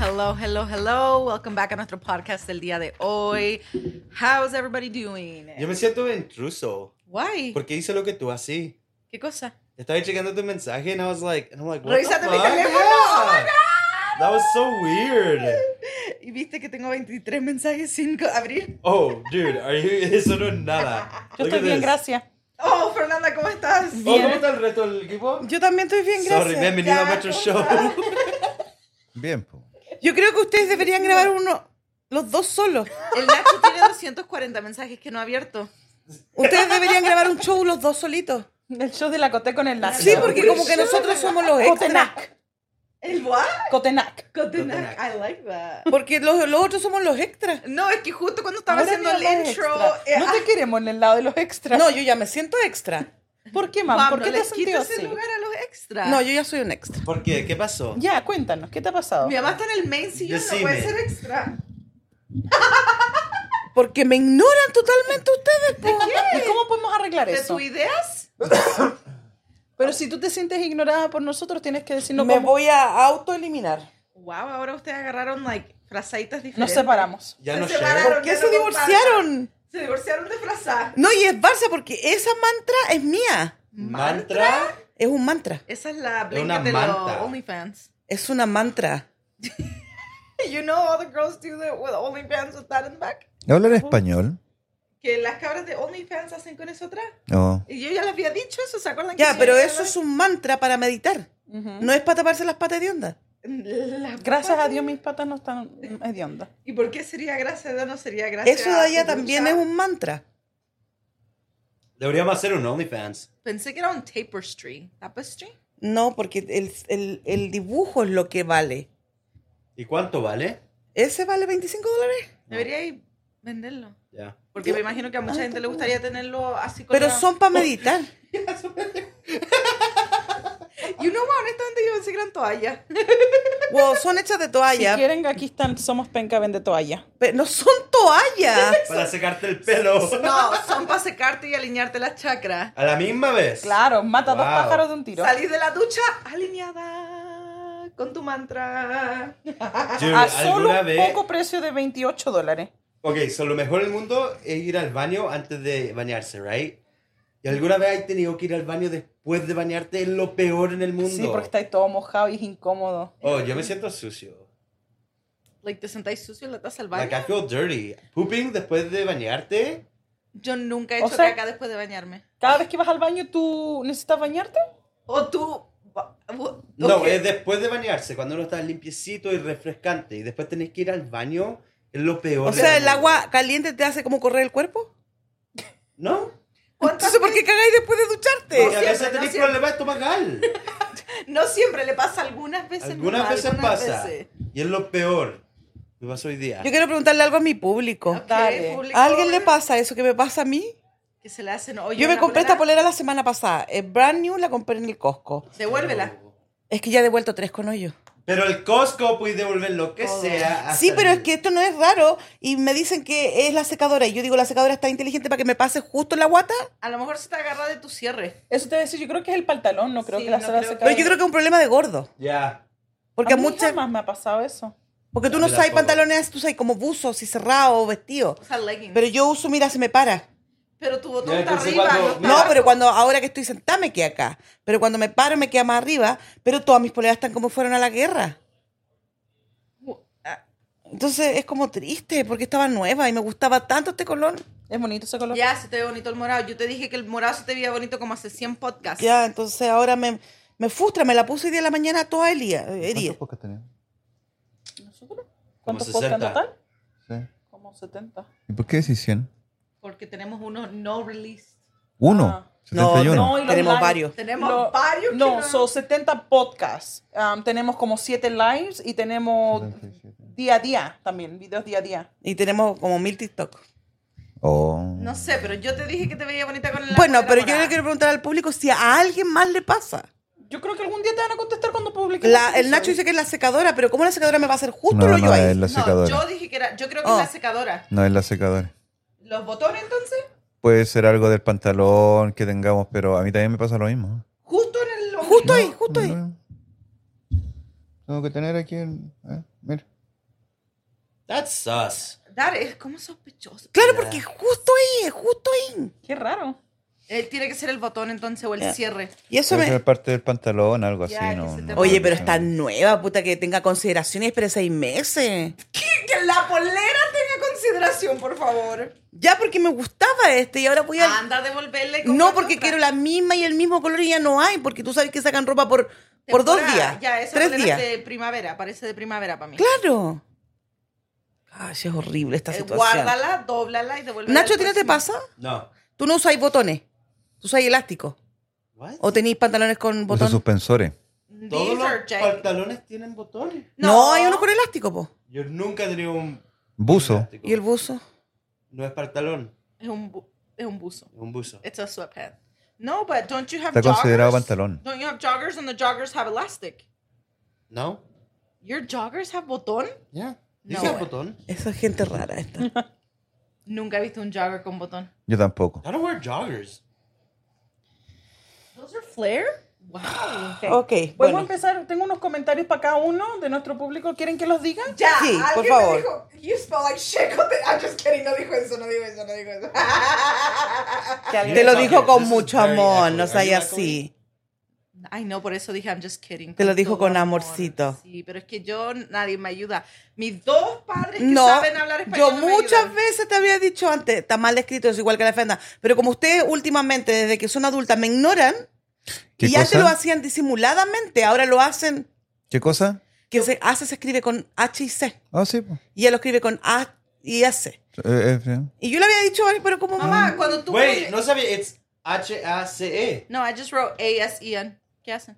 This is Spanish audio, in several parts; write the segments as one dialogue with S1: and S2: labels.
S1: Hello, hello, hello. Welcome back a nuestro podcast del día de hoy. How's everybody doing?
S2: Yo me siento intruso.
S1: Why?
S2: Porque hice lo que tú así.
S1: ¿Qué cosa?
S2: Estaba checando tu mensaje and I was like, and I'm like, what the
S1: Revisaste mi
S2: fuck?
S1: teléfono. Oh my God.
S2: That was so weird.
S1: Y viste que tengo 23 mensajes sin co- abrir.
S2: Oh, dude, are you? Eso no es nada.
S3: Yo
S2: Look
S3: estoy
S2: at
S3: bien,
S2: this.
S3: gracias.
S1: Oh, Fernanda, ¿cómo estás?
S2: Oh, ¿cómo
S3: Bien.
S2: está el resto del equipo?
S3: Yo también estoy bien,
S2: Sorry,
S3: gracias.
S2: bienvenido a
S1: Ya,
S2: nuestro
S1: ¿cómo
S2: show.
S1: estás?
S4: Bien, po.
S3: Yo creo que ustedes deberían grabar uno, los dos solos.
S1: El Nacho tiene 240 mensajes que no ha abierto.
S3: Ustedes deberían grabar un show los dos solitos.
S5: El show de la Coté con el Nacho.
S3: Sí, porque como que nosotros somos los extras.
S5: Cotenac.
S1: ¿El what?
S5: Cotenac.
S1: Cotenac.
S2: Cotenac.
S1: I like that.
S3: Porque los, los otros somos los extras.
S1: No, es que justo cuando estaba
S5: Ahora
S1: haciendo
S5: mira
S1: el
S5: los
S1: intro.
S5: extras.
S1: eh,
S5: No te queremos en el lado de los extras.
S3: No, yo ya me siento extra.
S5: ¿Por qué,
S1: ah,
S5: mam? ¿Por
S1: Pablo,
S5: qué te
S1: les
S5: has
S1: quito
S5: sentido
S1: ese
S5: así?
S1: lugar a los extras.
S3: No, yo ya soy un extra.
S2: ¿Por qué? ¿Qué pasó?
S5: Ya, cuéntanos, ¿qué te ha pasado?
S1: Mi mamá está en el main sillón, no
S2: Decime.
S1: puede ser extra.
S3: Porque me ignoran totalmente ustedes, po.
S5: ¿Y cómo podemos arreglar
S1: ¿De
S5: eso?
S1: tus ideas?
S5: Pero si tú te sientes ignorada por nosotros, tienes que decirnos
S3: me
S5: cómo
S3: voy a autoeliminar.
S1: Wow, ahora ustedes agarraron like frasaditas diferentes.
S5: nos separamos.
S2: Ya
S1: Se
S2: no sé.
S1: separaron.
S3: ¿Por qué
S1: no
S3: se
S1: me
S3: divorciaron?
S1: Se divorciaron de frasar.
S3: No, y es Barça, porque esa mantra es mía.
S2: Mantra.
S3: Es un mantra.
S1: Esa es la
S2: Es una
S1: blanca de los
S2: manta.
S1: OnlyFans.
S3: Es una mantra.
S1: You know all the girls do that with OnlyFans with that in the back.
S4: Hablar español.
S1: Que las cabras de OnlyFans hacen con eso atrás.
S4: No.
S1: Y yo ya les había dicho eso, ¿se acuerdan? que
S3: Ya,
S1: se-
S3: pero eso es un mantra para meditar.
S5: Ujú.
S3: No es para taparse las patas de onda. Pues
S1: Las
S5: Gracias a
S1: patas.
S5: Dios mis patas no están mm, hediondas.
S1: ¿Y por qué sería gracias a Dios no sería gracias
S3: Eso de allá
S1: a tu
S3: también
S1: ducha?
S3: es un mantra.
S2: Deberíamos hacer un OnlyFans.
S1: Pensé que era un tapestry. ¿Tapestry?
S3: No, porque el, el- el dibujo es lo que vale.
S2: ¿Y cuánto vale?
S3: Ese vale 25 dólares.
S1: Debería ir venderlo.
S2: Ya.
S1: Porque me imagino que a mucha gente le gustaría tenerlo así con
S3: Pero
S1: la-
S3: son
S5: Oh.
S3: para meditar.
S1: Y uno, bueno, honestamente yo pensé que eran toallas.
S3: Wow, son hechas de toalla.
S5: Si quieren, aquí están, somos penca, vende toalla.
S3: pero no son toallas.
S2: Para secarte el pelo.
S1: No, son para secarte y alinearte las chakras.
S2: A la misma vez.
S5: Claro, mata dos
S2: Wow.
S5: pájaros de un tiro.
S1: Salir de la ducha alineada con tu mantra.
S2: Dude,
S5: a solo
S2: ¿alguna
S5: un
S2: vez?
S5: poco precio de 28 dólares.
S2: Ok, so lo mejor del mundo es ir al baño antes de bañarse, ¿right? ¿Y alguna vez has tenido que ir al baño después de bañarte? Es lo peor en el mundo.
S5: Sí, porque estáis todo mojado y es incómodo.
S2: Oh, yo me siento sucio.
S1: Like, te sentáis sucio en la taza al
S2: Like, I
S1: baño.
S2: feel dirty. Pooping después de bañarte?
S1: Yo nunca he
S5: O
S1: hecho
S5: sea-
S1: caca después de bañarme.
S5: Cada vez que vas al baño, ¿tú necesitas bañarte?
S1: O tú.
S2: No,
S1: Ok.
S2: es después de bañarse, cuando uno está limpiecito y refrescante. Y después tenés que ir al baño, es lo peor.
S3: O
S2: del
S3: sea, el
S2: mundo.
S3: agua caliente te hace como correr el cuerpo.
S2: ¿No?
S1: ¿Cuántas
S3: Entonces, ¿por qué cagáis después de
S2: Porque
S3: ducharte?
S2: a
S1: siempre,
S2: veces
S1: no
S2: tenés
S1: siempre.
S2: problemas estomacal.
S1: veces- No siempre le pasa, algunas veces.
S2: Algunas
S1: nomás,
S2: veces
S1: algunas
S2: pasa.
S1: veces.
S2: Y es lo peor. Me pasó hoy día.
S3: Yo quiero preguntarle algo a mi público.
S1: Ok,
S5: Dale.
S1: público,
S3: ¿A alguien le pasa eso que me pasa a mí?
S1: Que se le hacen hoy.
S3: Yo me compré esta polera la semana pasada. Es brand new, la compré en el Costco.
S1: Devuélvela.
S2: Oh.
S3: Es que ya he devuelto tres con hoyo.
S2: Pero el Costco puede devolver lo que sea.
S5: Ah,
S2: hasta
S3: Sí, pero
S2: el-
S3: es que esto no es raro y me dicen que es la secadora y yo digo la secadora está inteligente para que me pase justo en la guata,
S1: A lo mejor se te agarra de tu cierre.
S5: Eso te voy a decir, yo creo que es el pantalón, no creo
S1: Sí,
S5: que la
S1: no
S5: sala
S1: creo
S5: se
S1: que-
S3: pero yo creo que es un problema de gordo,
S2: Ya.
S3: porque
S5: a
S3: a
S5: mí
S3: muchas
S5: jamás me ha pasado eso.
S3: porque tú
S2: A
S3: no
S2: mí
S3: usas
S2: tampoco.
S3: pantalones, tú usas como buzos y cerrados, vestidos.
S1: O sea, leggings.
S3: Pero yo uso, mira, se me para.
S1: Pero tu botón
S2: Ya,
S1: está
S2: entonces
S1: arriba.
S2: cuando-
S1: está
S3: No,
S1: abajo.
S3: pero cuando ahora que estoy sentada me queda acá, pero cuando me paro me queda más arriba, pero todas mis poleras están como fueron a la guerra. Entonces es como triste porque estaba nueva y me gustaba tanto este color.
S5: Es bonito ese color.
S1: Ya, se te ve bonito el morado. Yo te dije que el morado se te veía bonito como hace 100 podcasts.
S3: Ya, entonces ahora me, me frustra, me la puse hoy día eh, en la mañana toda herida. herida.
S4: ¿Cuántos podcasts tenemos?
S5: ¿Nosotros? ¿Cuántos
S2: Como
S5: podcasts en
S2: 60.
S5: total?
S4: Sí.
S5: Como 70.
S4: ¿Y por qué decisión?
S1: Porque tenemos uno no release.
S4: Uno.
S5: Ah.
S3: No,
S4: 71.
S5: no, y los
S3: tenemos
S5: live-
S3: varios.
S1: Tenemos
S5: Lo-
S1: varios. que
S5: No, son 70 podcasts. Um, tenemos como 7 lives y tenemos
S4: 77.
S5: día a día también, videos día a día.
S3: Y tenemos como mil TikTok.
S4: Oh.
S1: No sé, pero yo te dije que te veía bonita con la
S3: bueno,
S1: polera
S3: pero yo
S1: morada.
S3: le quiero preguntar al público si a alguien más le pasa.
S5: Yo creo que algún día te van a contestar cuando publiquemos.
S3: La- el
S5: episodio.
S3: Nacho dice que es la secadora, pero ¿cómo la secadora me va a hacer justo
S4: No,
S3: lo
S4: no
S3: yo ahí?
S4: es la
S1: No,
S4: secadora.
S1: yo dije que era. Yo creo que
S3: Oh.
S1: es la secadora.
S4: No es la secadora.
S1: ¿Los botones entonces?
S4: Puede ser algo del pantalón que tengamos, pero a mí también me pasa lo mismo.
S1: Justo en el.
S3: Justo ahí, justo ahí.
S4: Tengo que tener aquí el... eh, mira.
S2: That's sus.
S1: Dar es como sospechoso.
S3: Claro, porque justo ahí, es justo ahí.
S5: Qué raro.
S1: Eh, tiene que ser el botón entonces o el
S3: Ya.
S1: cierre.
S3: Y eso
S4: Debe
S3: me...
S4: ser parte del pantalón, algo
S1: Ya, que
S4: así. No,
S1: se te-
S4: no
S3: Oye,
S4: puede
S3: pero
S4: ser.
S3: está nueva, puta, que tenga consideraciones, pero seis meses.
S1: Que la polera tenga consideración, por favor.
S3: Ya porque me gustaba este y ahora voy a...
S1: Anda a devolverle.
S3: No, porque quiero la misma y el mismo color y ya no hay, porque tú sabes que sacan ropa por, por dos días,
S1: Ya, esa
S3: tres
S1: polera
S3: días.
S1: es de primavera, parece de primavera para mí.
S3: Claro. Ay, sí, es horrible esta
S1: Eh,
S3: situación.
S1: guárdala, dóblala y devuélvela.
S3: Nacho,
S1: al
S3: ¿a ti no te
S1: próximo.
S3: pasa?
S2: No.
S3: Tú no usáis botones, tú usáis elástico.
S2: What?
S3: ¿O tenéis pantalones con
S4: Usa
S3: botones?
S4: suspensores.
S2: Todos
S1: Oh, These
S2: los
S1: are jagged.
S2: pantalones tienen botones.
S3: No. hay uno con elástico, po.
S2: Yo nunca he tenido un.
S4: Buzo.
S2: elástico.
S3: ¿Y el buzo?
S2: No es pantalón,
S1: Es un, bu- es un buzo.
S2: es un buzo.
S1: It's a sweatpants. No, but don't you have
S4: Está
S1: joggers?
S4: considerado pantalón.
S1: Don't you have joggers and the joggers have elastic?
S2: ¿No?
S1: Your joggers have botón?
S2: Ya.
S1: No,
S2: Dice
S1: eh.
S2: botón.
S3: Esa es gente rara esta.
S1: Nunca he visto un jogger con botón.
S4: Yo tampoco.
S2: I don't wear joggers.
S1: Those are flare? Wow.
S3: Ok,
S5: Podemos
S3: bueno.
S5: empezar. Tengo unos comentarios para cada uno de nuestro público. ¿Quieren que los diga?
S1: Ya,
S3: Sí,
S1: alguien
S3: por
S1: me
S3: favor.
S1: dijo, you smell like shit. con the-" I'm just kidding, no dijo eso, no dijo eso, no dijo eso.
S3: Te lo dijo con
S2: This is
S3: mucho
S2: very
S3: amor,
S2: echoey.
S3: no
S2: Are
S3: seas
S2: you
S3: así.
S1: Ay, no, por eso dije, I'm just kidding.
S3: Te lo
S1: con
S3: dijo
S1: todo
S3: con
S1: amor.
S3: amorcito.
S1: Sí, pero es que yo, nadie me ayuda. Mis dos padres que
S3: No,
S1: saben hablar español
S3: yo
S1: no me
S3: muchas
S1: ayudan.
S3: veces te había dicho antes, está mal escrito, es igual que la Fernanda, pero como ustedes últimamente, desde que son adultas, me ignoran,
S4: ¿Qué
S3: y antes
S4: cosa?
S3: lo hacían disimuladamente, ahora lo hacen,
S4: ¿Qué cosa?
S3: que se, hace se escribe con H y C,
S4: Ah, sí. po.
S3: y ella lo escribe con A y S.
S4: Eh, eh, sí.
S3: Y yo le había dicho, "Ay, pero como...
S1: Mamá, cuando tú...
S2: Wait, no sabía. It's H-A-C-E.
S1: No, I just wrote A-S-E-N. ¿Qué hacen?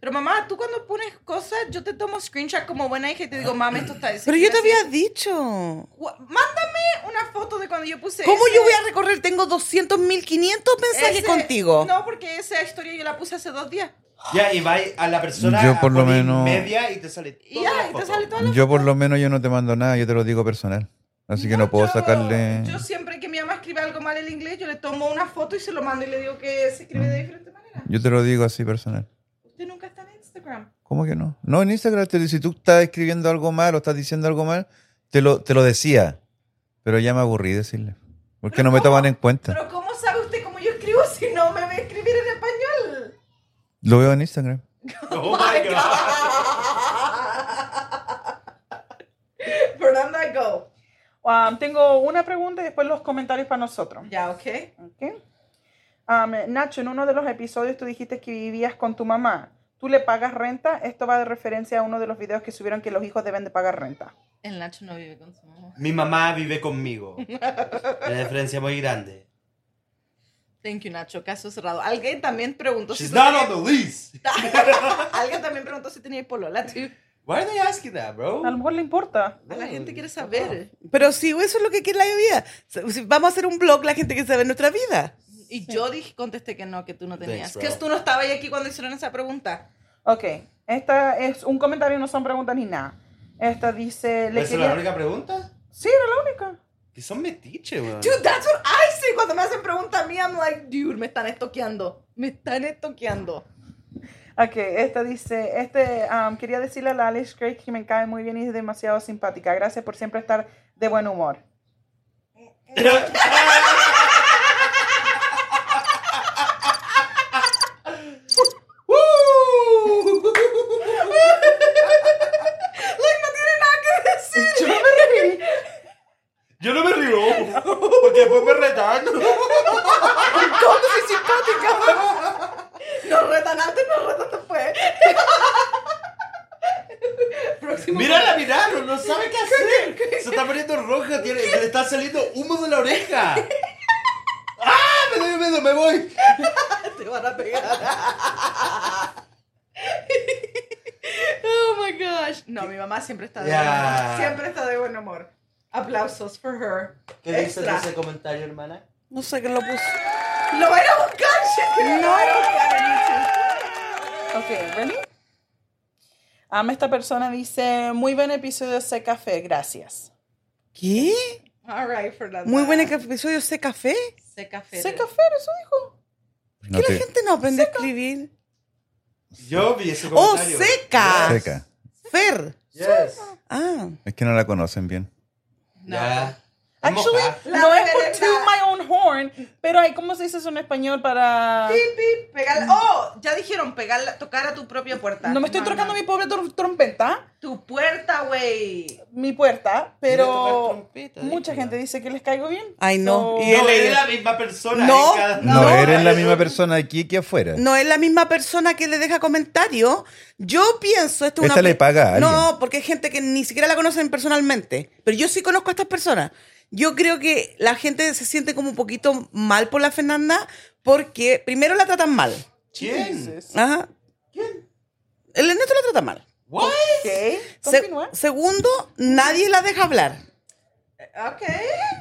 S1: Pero mamá, tú cuando pones cosas, yo te tomo screenshot como buena hija y te digo, mami, esto está...
S3: pero yo te
S1: así".
S3: había dicho.
S1: Gua- Mándame una foto de cuando yo puse...
S3: ¿Cómo
S1: ese-
S3: yo voy a recorrer? Tengo 200.500 mensajes
S1: ese-
S3: contigo.
S1: No, porque esa historia yo la puse hace dos días.
S2: Ya, y va a la persona.
S4: Yo por
S2: a
S4: lo
S2: poner
S4: menos-
S2: Media y te sale todo.
S1: Y ya, y te sale toda la
S4: Yo por lo menos yo no te mando nada, yo te lo digo personal. Así que no, puedo
S1: yo-
S4: sacarle...
S1: Yo siempre que mi mamá escribe algo mal en inglés, yo le tomo una foto y se lo mando y le digo que se escribe de diferente manera.
S4: Yo te lo digo así personal.
S1: Usted nunca está en Instagram.
S4: ¿Cómo que no? No, en Instagram, te, si tú estás escribiendo algo mal o estás diciendo algo mal, te lo, te lo decía. Pero ya me aburrí decirle. Porque
S1: Pero
S4: no me
S1: ¿cómo?
S4: toman en cuenta.
S1: Pero ¿cómo sabe usted cómo yo escribo si no me ve escribir en español?
S4: Lo veo en Instagram.
S2: Oh my god.
S1: Fernanda, go.
S5: Um, tengo una pregunta y después los comentarios para nosotros.
S1: Ya, ok.
S5: Ok. Um, Nacho, en uno de los episodios tú dijiste que vivías con tu mamá. ¿Tú le pagas renta? Esto va de referencia a uno de los videos que subieron que los hijos deben de pagar renta.
S1: El Nacho no vive con su mamá.
S2: Mi mamá vive conmigo. Una diferencia muy grande.
S1: Thank you, Nacho. Caso cerrado. Alguien también preguntó
S2: She's
S1: tú
S2: not
S1: tenías-
S2: on the lease.
S1: Alguien también preguntó si tenía polola, tú.
S2: Why are they asking that, bro?
S5: A lo mejor le importa.
S1: A la gente quiere saber.
S3: Pero si eso es lo que quiere la vida. Si Vamos a hacer un blog, la gente que sabe nuestra vida.
S1: Y yo dije, contesté que no, que tú no tenías.
S2: Thanks, bro.
S1: que tú no estabas ahí aquí cuando hicieron esa pregunta.
S5: Ok. Esta es un comentario, no son preguntas ni nada. Esta dice...
S2: ¿Esa
S5: Le
S2: es la
S5: quería...
S2: única pregunta?
S5: Sí, era la única.
S2: Que son metiche, weón.
S1: Dude, that's what I say cuando me hacen pregunta a mí. I'm like, dude, me están estoqueando. Me están estoqueando.
S5: Ok, esta dice, este, um, quería decirle a la Alex Craig que me cae muy bien y es demasiado simpática. Gracias por siempre estar de buen humor.
S2: Yo no me río. Porque después me retan.
S1: Nos retan antes, nos retan después. Próximo.
S2: Mira la mirada, no sabe qué hacer. Se está poniendo roja, tiene, se le está saliendo humo de la oreja. ¡Ah! Me doy miedo, me voy.
S1: Te van a pegar. oh my gosh. No, mi mamá siempre está de buen
S2: Yeah.
S1: humor. Siempre está de buen humor. Aplausos for her.
S2: ¿Qué dices de
S1: Extra.
S2: ese comentario, hermana?
S3: No sé quién lo puso.
S1: Lo voy a ir a buscar. Shakira, Lo voy a ir a buscar en YouTube.
S5: Ok, ¿ready? Um, esta persona dice, muy buen episodio de Café, gracias.
S3: ¿Qué?
S1: All right, Fernanda.
S3: Muy buen episodio ese café.
S1: Se café.
S5: Café era su hijo.
S4: No
S3: ¿Qué
S4: te-
S3: la gente no aprende a escribir?
S2: Yo vi ese
S3: ¡Oh,
S2: comentario.
S3: seca!
S4: Seca.
S3: Fer.
S2: Yes.
S3: Ah,
S4: Es que no la conocen bien.
S1: No.
S2: Ya.
S5: Actually,
S2: Mojar.
S1: La
S5: no es
S1: mujer
S5: por
S1: es
S5: toot
S1: la-
S5: my own horn, pero hay, ¿cómo se dice eso en español para...?
S1: Pip, pip, pegarla. Oh, ya dijeron pegarla, tocar a tu propia puerta.
S5: No me estoy tocando mi pobre tr- trompeta,
S1: Tu puerta, güey.
S5: mi puerta, pero
S2: tocar trompeta,
S5: mucha
S2: déjala.
S5: gente dice que les caigo bien.
S3: Ay, no.
S5: So-
S3: Y
S2: No
S3: él
S2: eres
S3: es-
S2: la misma persona.
S3: No,
S2: en cada-
S4: No,
S3: No,
S4: eres
S2: eh,
S4: la misma persona aquí que afuera.
S3: No es la misma persona que le deja comentarios. Yo pienso. Esto es
S4: Esta le paga a
S3: No,
S4: alguien.
S3: porque hay gente que ni siquiera la conocen personalmente. Pero yo sí conozco a estas personas. Yo creo que la gente se siente como un poquito mal por la Fernanda porque primero la tratan mal.
S2: ¿Quién?
S5: Jesus.
S3: Ajá. El Ernesto la trata mal.
S2: ¿What?
S5: Ok,
S3: Se-
S5: continúa.
S3: segundo, nadie la deja hablar.
S1: Ok.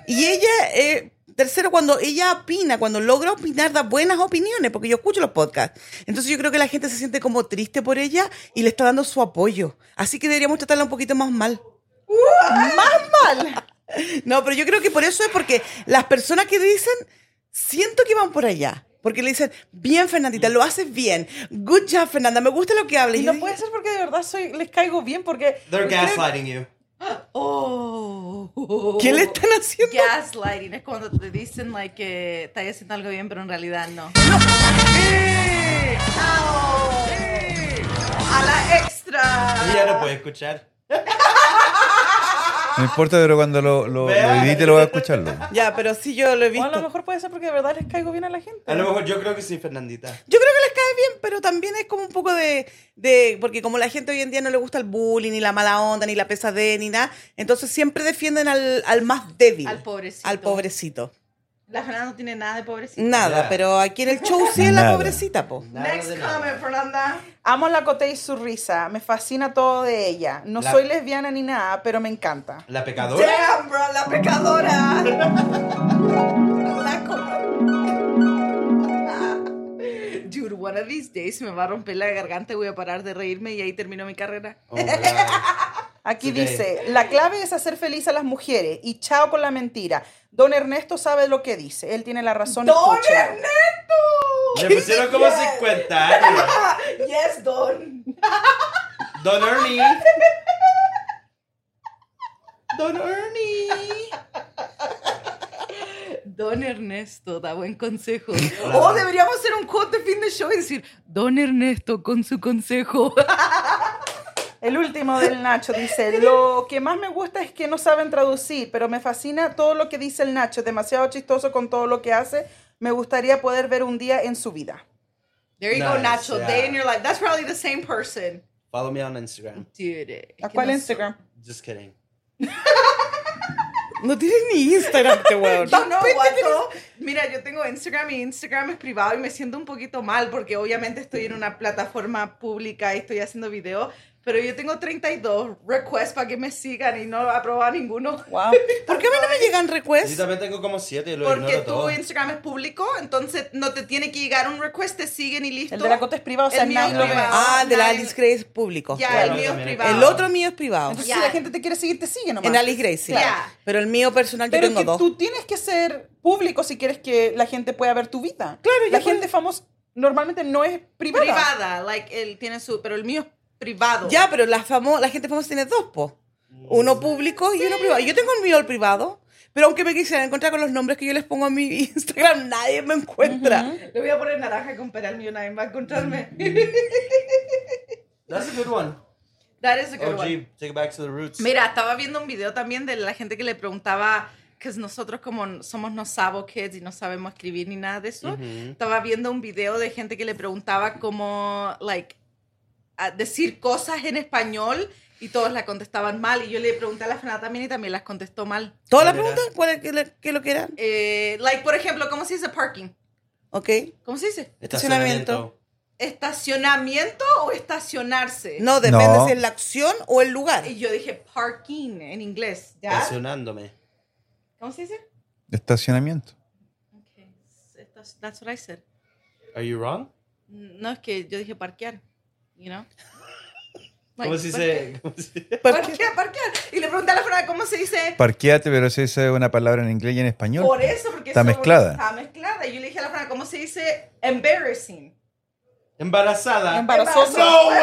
S3: Y ella, eh, tercero, cuando ella opina, cuando logra opinar, da buenas opiniones, porque yo escucho los podcasts. Entonces yo creo que la gente se siente como triste por ella y le está dando su apoyo. Así que deberíamos tratarla un poquito más mal. ¡Más mal! No, pero yo creo que por eso es porque las personas que dicen, siento que van por allá. Porque le dicen, bien, Fernandita, lo haces bien. Good job, Fernanda, me gusta lo que hablas.
S5: Y
S3: Y yo
S5: no
S3: digo,
S5: puede ser porque de verdad soy, les caigo bien, porque...
S2: They're
S5: creo-
S2: gaslighting you.
S1: Oh.
S3: ¿Qué le están haciendo?
S1: Gaslighting es cuando te dicen like, que estás haciendo algo bien, pero en realidad no. ¡Chao! ¡A la extra!
S2: Ella no puede escuchar.
S4: No importa, pero cuando lo, lo, lo edite lo voy a escucharlo.
S3: Ya, pero sí yo lo he
S5: O a lo
S3: visto.
S5: mejor puede ser porque de verdad les caigo bien a la gente.
S2: A lo mejor yo creo que sí, Fernandita.
S3: Yo creo que les cae bien, pero también es como un poco de, de- Porque como la gente hoy en día no le gusta el bullying, ni la mala onda, ni la pesadez, ni nada, entonces siempre defienden al, al más débil.
S1: Al pobrecito.
S3: Al pobrecito.
S1: La Fernanda no tiene nada de pobrecito.
S3: Nada,
S2: Ya.
S3: pero aquí en el show sí es la
S4: Nada.
S3: pobrecita, po.
S2: Nada
S1: Next
S2: de nada.
S1: comment, Fernanda.
S5: Amo la Cote y su risa, me fascina todo de ella. No
S2: La-
S5: soy lesbiana ni nada, pero me encanta.
S2: La pecadora.
S1: Damn, bro, la pecadora. La co- Dude, one of these days me va a romper la garganta y voy a parar de reírme y ahí termino mi carrera.
S2: Oh, wow.
S5: Aquí
S2: Ok.
S5: dice, la clave es hacer feliz a las mujeres y chao con la mentira. Don Ernesto sabe lo que dice, él tiene la razón.
S1: ¡Don
S5: escúchelo".
S1: Ernesto!
S2: Le pusieron como 50 años.
S1: Yes, Don.
S2: Don Ernie. Don Ernie.
S1: Don Ernesto da buen consejo.
S2: Hola.
S1: O deberíamos hacer un quote de fin de show y decir, Don Ernesto con su consejo.
S5: El último del Nacho dice, lo que más me gusta es que no saben traducir, pero me fascina todo lo que dice el Nacho, es demasiado chistoso con todo lo que hace. Me gustaría poder ver un día en su vida.
S1: There you go,
S2: Nice,
S1: Nacho.
S2: yeah.
S1: Day in your life. That's probably the same person.
S2: Follow me on Instagram.
S1: Dude. eh,
S5: ¿A
S1: que
S5: cuál
S1: no-
S5: Instagram?
S2: Just kidding.
S3: No tiene ni Instagram este weón.
S1: No, no, guato. Mira, yo tengo Instagram y Instagram es privado y me siento un poquito mal porque obviamente estoy en una plataforma pública y estoy haciendo video, pero yo tengo 32 requests para que me sigan y no he aprobado ninguno.
S5: Wow.
S3: ¿Por qué a mí no me llegan
S2: Yo
S3: requests?
S2: también tengo como 7 y lo
S1: Porque
S2: ignoro todo.
S1: tu Instagram es público, entonces no te tiene que llegar un request, te siguen y listo.
S5: El de la Cote es privado, o sea,
S1: El mío
S5: nadie
S1: es
S5: lo ve.
S1: privado.
S3: Ah, el de la
S1: Nadie-
S3: Alice Grace es público.
S1: Ya,
S2: Claro,
S1: el mío es
S2: también es
S1: privado.
S3: El otro mío es privado.
S5: Entonces,
S1: Ya.
S5: si la gente te quiere seguir, te sigue nomás.
S3: En Alice Grace, sí.
S1: Ya.
S3: Pero el mío personal yo
S5: Pero
S3: tengo
S5: que
S3: dos.
S5: tú tienes que ser público si quieres que la gente pueda ver tu vida.
S3: Claro,
S5: la
S3: ya
S5: gente famosa normalmente no es privada.
S1: privada, like él tiene su, pero el mío es privado.
S3: Ya, pero la, famo- la gente famosa tiene dos, po. Uno público y uno privado. Yo tengo el mío el privado, pero aunque me quisieran encontrar con los nombres que yo les pongo a mi Instagram, nadie me encuentra.
S1: Le voy a poner naranja con pera, el mío nadie va a encontrarme.
S2: Mm. That's a good one.
S1: That is a good one.
S2: OG, take it back to the roots.
S1: Mira, estaba viendo un video también de la gente que le preguntaba, que nosotros como somos no sabo kids y no sabemos escribir ni nada de eso, estaba viendo un video de gente que le preguntaba cómo, like, a decir cosas en español y todos la contestaban mal. Y yo le pregunté a la Fernanda también y también las contestó mal.
S3: ¿Todas las
S2: Mira.
S3: preguntas? ¿Cuál es, qué, le- qué lo que eran?
S1: Eh, like, por ejemplo, ¿cómo se dice parking?
S3: ¿Ok?
S1: ¿Cómo se dice?
S2: Estacionamiento.
S1: ¿Estacionamiento o estacionarse?
S3: No, depende
S4: No.
S3: si es la acción o el lugar.
S1: Y yo dije parking en inglés, ¿ya?
S2: Estacionándome.
S1: ¿Cómo se dice?
S4: Estacionamiento.
S1: Okay. Estas- That's what I said.
S2: Are you wrong?
S1: No, es que yo dije parquear, you know?
S2: ¿Cómo se dice? ¿Cómo se dice?
S1: Parquear, parquear. Y le pregunté a la Fernanda cómo se dice
S4: Parqueate, pero se dice una palabra en inglés y en español.
S1: por eso, porque
S4: Está
S1: somos-
S4: mezclada.
S1: Está mezclada. Y yo le dije a la Fernanda cómo se dice embarrassing.
S2: Embarazada.
S5: Embarazoso.
S2: ¡No, güey!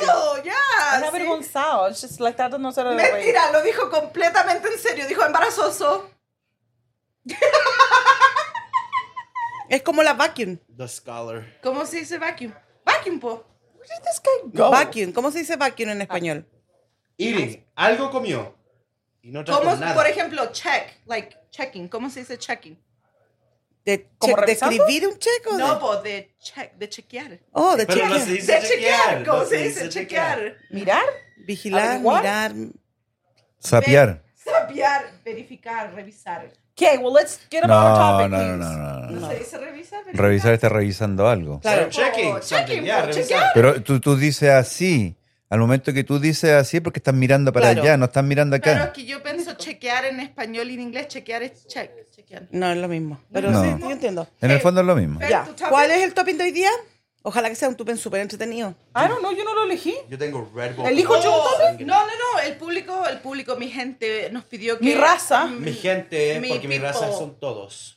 S1: ¡Eso!
S5: Es
S1: ¡Ya! sí.
S5: avergonzado. It's just like that does not sound like-
S1: Mentira, lo dijo completamente en serio. Dijo embarazoso.
S3: Es como la vacuum.
S2: The Scholar.
S1: ¿Cómo se dice vacuum? Vacuum, po.
S5: Where did this guy go?
S3: Vacuum. ¿Cómo se dice vacuum en español?
S2: Eating. Algo comió. Y no trajo
S1: ¿Cómo,
S2: nada.
S1: por ejemplo, check, like checking. ¿Cómo se dice checking?
S3: ¿De,
S5: ¿Como
S3: che- de
S5: revisando?
S3: escribir un checo?
S1: No, po, de check, de chequear.
S3: Oh, de
S2: Pero no
S3: chequear.
S2: se dice
S1: De chequear, ¿cómo
S2: no
S1: se dice chequear?
S5: ¿Mirar?
S3: Vigilar, mirar.
S5: Averiguar.
S4: Sapear.
S1: Sapear, verificar, revisar.
S5: Okay, well, let's get
S4: No,
S5: about our topic,
S4: no, no,
S5: please.
S4: no, no,
S1: ¿No,
S4: no. este
S1: se dice revisar? verificar?
S4: Revisar está revisando algo.
S3: Claro.
S2: Claro, checking.
S1: Oh,
S2: something,
S1: checking,
S2: yeah,
S1: oh,
S2: revisar.
S1: chequear.
S4: Pero tú, tú dices así. Al momento que tú dices así, porque estás mirando para
S3: Claro.
S4: allá, no estás mirando
S1: Pero es
S4: acá.
S1: que yo pienso chequear en español y en inglés, chequear es check. Chequear.
S3: No es lo mismo. Pero
S4: No.
S3: sí, yo entiendo.
S4: En el fondo es lo mismo.
S1: Pero
S3: Ya.
S1: tu topic-
S3: ¿Cuál es el topping de hoy día? Ojalá que sea un topping súper entretenido.
S5: I don't know, yo no lo elegí.
S2: Yo tengo Red Bull.
S5: ¿Elijo
S1: No,
S5: yo un topic?
S1: no, no, no, el público, el público, mi gente nos pidió que... Mm,
S5: Mi raza.
S2: Mi gente, eh,
S1: Mi
S2: porque mi
S1: people.
S2: raza son todos.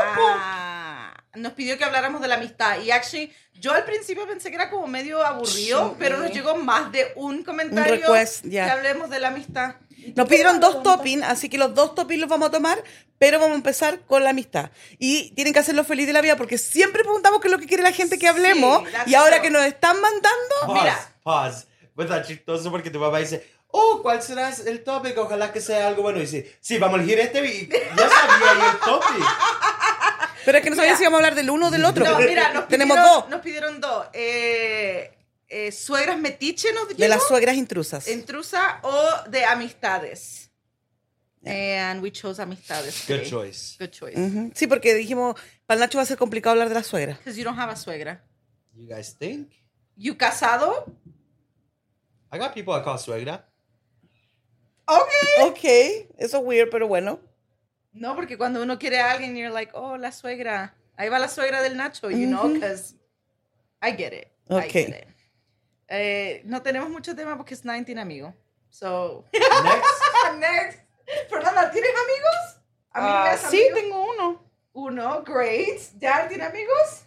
S1: Ah, nos pidió que habláramos de la amistad. Y actually, yo al principio pensé que era como medio aburrido,
S5: Sí.
S1: pero nos llegó más de un comentario
S3: Un request, ya.
S1: que hablemos de la amistad.
S3: Nos pidieron dos toppings, así que los dos toppings los vamos a tomar, pero vamos a empezar con la amistad. Y tienen que hacerlo feliz de la vida, porque siempre preguntamos qué es lo que quiere la gente que hablemos,
S1: Sí, that's
S3: y ahora
S1: true.
S3: que nos están mandando,
S2: Pause,
S1: Mira.
S2: pause. Va a estar chistoso porque tu papá dice, oh, ¿cuál será el tópico? Ojalá que sea algo bueno. Y dice, sí, vamos a elegir este. Y ya sabía ahí el tópico.
S3: pero es que no sabía
S1: Mira.
S3: si íbamos a hablar del uno o del otro.
S1: No, mira, nos pidieron,
S3: Tenemos dos,
S1: Nos pidieron dos. Eh, eh, suegras metiche nos
S3: de
S1: llegó,
S3: las suegras intrusas.
S1: intrusa o de amistades. And we chose amistades.
S2: Good
S1: today.
S2: choice.
S1: Good choice.
S3: Ujú. Sí, porque dijimos, para el Nacho va a ser complicado hablar de la suegra.
S1: Because you don't have a suegra.
S2: You guys think?
S1: You casado?
S2: I got people I call suegra.
S1: Okay.
S3: Ok, eso es weird, pero bueno.
S1: No, porque cuando uno quiere a alguien, you're like, oh, la suegra. Ahí va la suegra del Nacho, you know, because I get it. I
S3: Ok.
S1: get it. Eh, no tenemos mucho tema porque es 19, amigo. So,
S2: Next.
S1: next. Fernanda, ¿tienes amigos?
S5: Ah,
S1: ¿Amigas,
S5: sí,
S1: amigos?
S5: tengo uno.
S1: Uno, great. ¿Dar tiene amigos?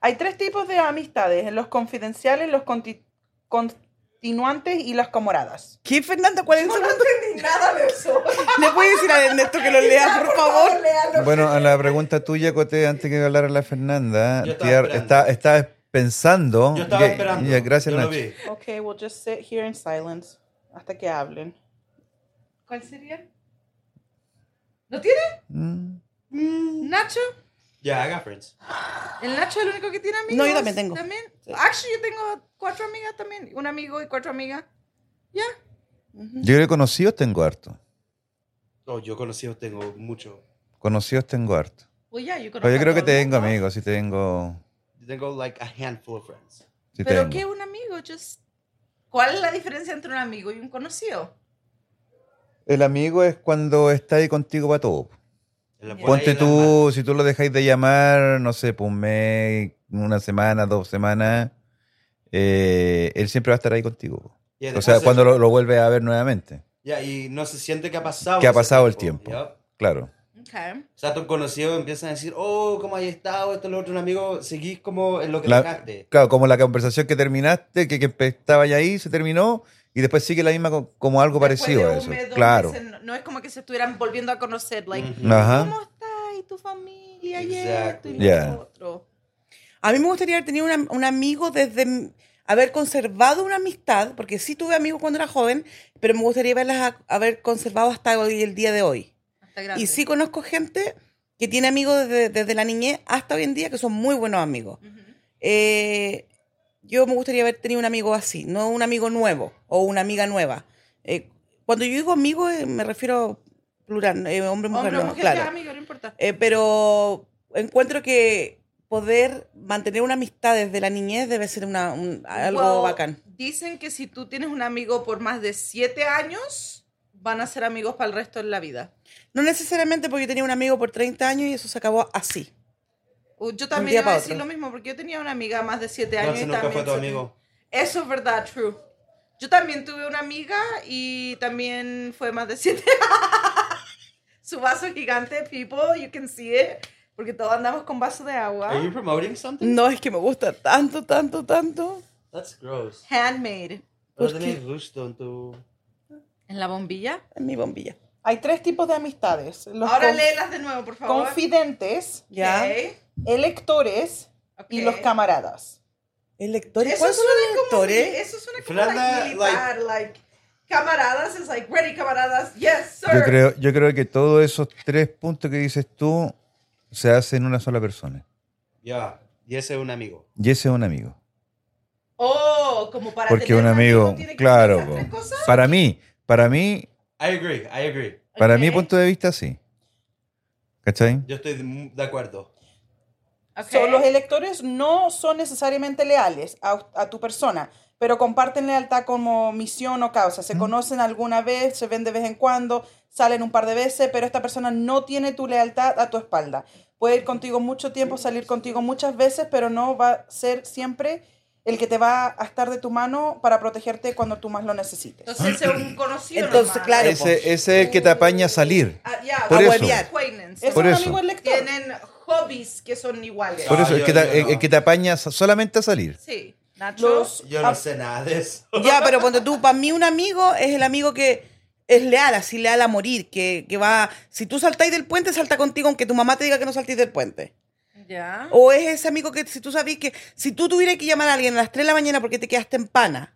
S5: Hay tres tipos de amistades: los confidenciales, los conti- continuantes y las comoradas.
S3: ¿Qué, Fernanda? ¿Cuál es el
S1: No, no
S3: segundo?
S1: entendí nada de eso.
S3: ¿Le puedes decir a Ernesto que lo lea, por favor?
S1: léalo.
S4: Bueno, a la pregunta tuya, Cote, antes que hablara la Fernanda,
S2: Yo estaba
S4: tía,
S2: esperando.
S4: está, estaba pensando.
S2: Yo estaba
S4: Ya-
S2: esperando.
S4: ya, Oh, gracias,
S2: Yo lo
S4: Nacho.
S2: vi.
S5: Ok, we'll just sit here in silence hasta que hablen.
S1: ¿Cuál sería? ¿No tiene?
S4: Mm.
S1: ¿Nacho?
S2: Yeah, I got friends.
S1: ¿El Nacho es el único que tiene amigos?
S3: No, yo también tengo.
S1: ¿También? Actually, yo tengo cuatro amigas también. Un amigo y cuatro amigas. ¿Ya?
S4: Yo creo que conocidos tengo harto.
S2: Oh, yo conocidos tengo mucho.
S4: Conocidos tengo harto.
S1: Pues ya, yo conozco
S4: Pero yo
S1: a
S4: creo que
S1: todo el
S4: tengo
S1: mundo.
S4: amigos, sí tengo.
S2: Tengo like a handful of friends.
S4: Sí
S1: ¿Pero
S4: tengo.
S1: qué un amigo? Just- ¿Cuál es la diferencia entre un amigo y un conocido?
S4: El amigo es cuando está ahí contigo para todo.
S2: En la buena y
S4: Ponte
S2: en la mala.
S4: tú, si tú lo dejáis de llamar, no sé, pues un mes, una semana, dos semanas, eh, él siempre va a estar ahí contigo.
S2: Yeah,
S4: O
S2: después
S4: sea,
S2: se-
S4: cuando lo, lo vuelves a ver nuevamente.
S2: Yeah, y no se siente que ha pasado.
S4: Que ha
S2: ese
S4: pasado el tiempo.
S2: Yup.
S4: Claro.
S1: Okay.
S2: O sea, tus conocidos empiezan a decir, oh, cómo has estado, esto, lo otro, un amigo, seguís como en lo que
S4: La-
S2: dejaste.
S4: claro, como la conversación que terminaste, que, que estaba ya ahí, se terminó, y después sigue la misma co- como algo parecido a eso. claro. Mm.
S1: no, no es como que se estuvieran volviendo a conocer. Like,
S2: Ujú.
S4: Ajá.
S1: ¿Cómo estás? ¿Y tu familia? Y
S2: Exacto.
S1: esto y
S4: Yeah.
S1: lo otro.
S3: A mí me gustaría haber tenido una- un amigo desde m- haber conservado una amistad, porque sí tuve amigos cuando era joven, pero me gustaría haberlas a- haber conservado hasta hoy, el día de hoy.
S1: Hasta grande.
S3: Y sí conozco gente que tiene amigos desde, desde la niñez hasta hoy en día que son muy buenos amigos.
S1: Ujú.
S3: Eh, yo me gustaría haber tenido un amigo así, no un amigo nuevo o una amiga nueva. Eh, cuando yo digo amigo eh, me refiero plural, eh, hombre, mujer,
S1: Hombre o
S3: no,
S1: mujer,
S3: claro.
S1: ya, amigo, no importa.
S3: Eh, pero encuentro que poder mantener una amistad desde la niñez debe ser una, un- algo
S1: Well,
S3: bacán.
S1: Dicen que si tú tienes un amigo por más de siete años, van a ser amigos para el resto de la vida.
S3: No necesariamente porque yo tenía un amigo por 30 años y eso se acabó así.
S1: Uh, Yo
S3: Un día
S1: también iba
S3: pa'
S1: a decir
S3: otro.
S1: lo mismo, porque yo tenía una amiga más de siete años.
S2: Entonces
S1: y
S2: nunca fue
S1: también
S2: tu
S1: se-
S2: amigo.
S1: Eso es verdad, true. Yo también tuve una amiga y también fue más de siete. Su vaso gigante, people, you can see it. porque todos andamos con vaso de agua.
S2: Are you promoting something?
S3: No, es que me gusta tanto, tanto, tanto.
S2: That's gross.
S1: Handmade.
S2: No
S3: ¿Por qué?
S2: tenés gusto en tu...
S1: En la bombilla.
S3: Es mi bombilla.
S5: Hay tres tipos de amistades. Los
S1: Ahora
S5: con-
S1: léelas de nuevo, por favor.
S5: confidentes, eh,
S3: ¿Ya?
S1: Ok,
S5: electores
S1: ok.
S5: y los camaradas.
S3: ¿Electores?
S1: Eso
S3: ¿Cuáles son
S1: suena
S3: los
S1: como,
S3: electores?
S1: mi- Eso suena como
S2: Fernanda,
S1: like, militar, like, camaradas, es like, ready camaradas, yes sir.
S4: Yo creo, yo creo que todos esos tres puntos que dices tú se hacen en una sola persona.
S2: Ya. Y ese es un amigo.
S4: Y ese es un amigo.
S1: Oh, como para
S4: Porque
S1: tener
S4: un amigo,
S1: tiene que
S4: claro.
S1: hacer esas tres
S4: po.
S1: cosas.
S4: Para mí, para mí,
S2: I agree, I agree.
S4: para
S1: Ok.
S4: mi punto de vista, sí. ¿Cachai?
S2: Yo estoy de mu- de acuerdo.
S1: Ok.
S5: So, los electores no son necesariamente leales a, a tu persona, pero comparten lealtad como misión o causa. Se conocen alguna vez, se ven de vez en cuando, salen un par de veces, pero esta persona no tiene tu lealtad a tu espalda. Puede ir contigo mucho tiempo, salir contigo muchas veces, pero no va a ser siempre el que te va a estar de tu mano para protegerte cuando tú más lo necesites.
S1: Entonces ese es un conocido
S3: Entonces,
S1: nomás.
S3: claro.
S4: Ese, ese es el que te apaña a salir.
S1: Ah, ya,
S4: Por
S1: o
S4: eso.
S1: acquaintance.
S5: Es
S4: Por
S5: un
S4: eso.
S5: amigo elector.
S1: Tienen hobbies que son iguales.
S4: Por
S2: Ah,
S4: eso, Eh, el
S2: yo-
S4: que,
S2: yo
S4: te, el-
S2: no.
S4: el que te apaña so- solamente a salir.
S1: Sí, Nacho.
S5: Los
S2: Yo no sé nada de eso.
S3: Ya, pero cuando tú, para mí un amigo es el amigo que es leal, así leal a morir, que, que va, si tú saltáis del puente, salta contigo, aunque tu mamá te diga que no saltéis del puente.
S1: Ya.
S3: O es ese amigo que si tú sabís que, si tú tuvieras que llamar a alguien a las 3 de la mañana porque te quedaste en pana,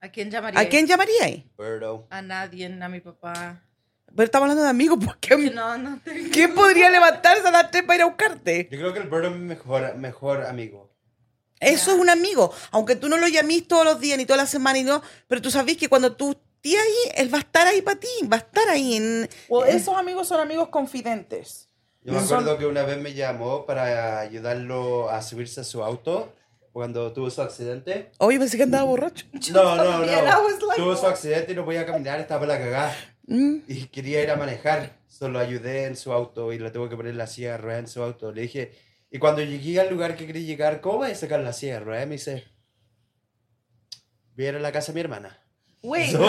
S1: ¿A quién llamaría?
S3: ¿a quién llamaríais?
S2: Birdo.
S1: A nadie, a mi papá.
S3: Pero estamos hablando de amigos, porque
S1: Que No, no te-
S3: ¿quién podría levantarse a las 3 para ir a buscarte?
S2: Yo creo que el Birdo es mi mejor, mejor amigo.
S3: Eso es un amigo, aunque tú no lo llamís todos los días ni todas las semanas, y no, pero tú sabís que cuando tú estés ahí, él va a estar ahí para ti, va a estar ahí en...
S5: Well, esos amigos son amigos confidentes.
S2: Yo me
S5: Son-
S2: acuerdo que una vez me llamó para ayudarlo a subirse a su auto cuando tuvo su accidente.
S3: Oye, pensé que
S1: Mm.
S3: andaba borracho.
S2: No, no, no.
S1: también, I was like, "Oh".
S2: tuvo su
S1: what?
S2: accidente y no podía caminar, estaba para la cagada.
S3: Mm.
S2: Y quería ir a manejar. Solo ayudé en su auto y le tuve que poner la silla de ruedas en su auto. Le dije, y cuando llegué al lugar que quería llegar, ¿cómo voy a sacar la silla de ruedas? Me dice, viene a la casa de mi hermana.
S1: Güey, no,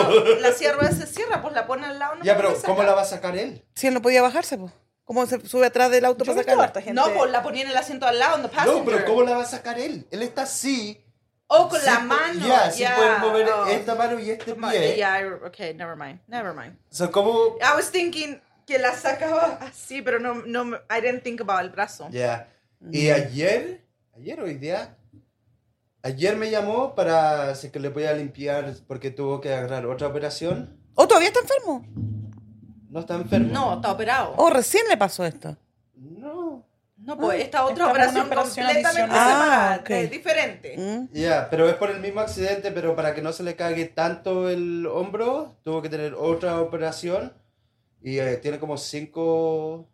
S1: la sierra se cierra, pues la pone al lado. No
S2: ya,
S1: me
S2: pero
S1: la saca.
S2: ¿cómo la va a sacar él?
S3: Si él no podía bajarse, pues. ¿Cómo se sube atrás del auto
S5: Yo he
S3: para
S5: visto harta
S3: sacarla?
S5: gente-
S1: No, pues la ponía en el asiento al lado, on the passenger.
S2: No, pero ¿cómo la va a sacar él? Él está así.
S1: O con la
S4: pues,
S2: sí,
S1: mano. Ya,
S2: Ya, sí puede mover
S1: oh.
S2: esta mano y este
S1: Ma-
S2: pie.
S1: yeah, I- okay, never mind, never mind.
S2: O sea, ¿cómo?
S1: I was thinking que la sacaba así, pero no, no, me- I didn't think about el brazo.
S2: Ya. Y ayer, ayer hoy día, ayer me llamó para si es que le voy a limpiar porque tuvo que agarrar otra operación.
S3: ¿O todavía está enfermo?
S2: No está enfermo.
S1: No, está operado.
S3: ¿O recién le pasó esto?
S2: No.
S1: No, pues esta otra
S5: Esta fue una
S1: operación,
S5: operación
S1: completamente
S5: adicional.
S1: separada,
S3: Ah, ok.
S1: de- diferente.
S3: Mm.
S2: Ya, pero es por el mismo accidente, pero para que no se le cague tanto el hombro, tuvo que tener otra operación y eh, tiene como cinco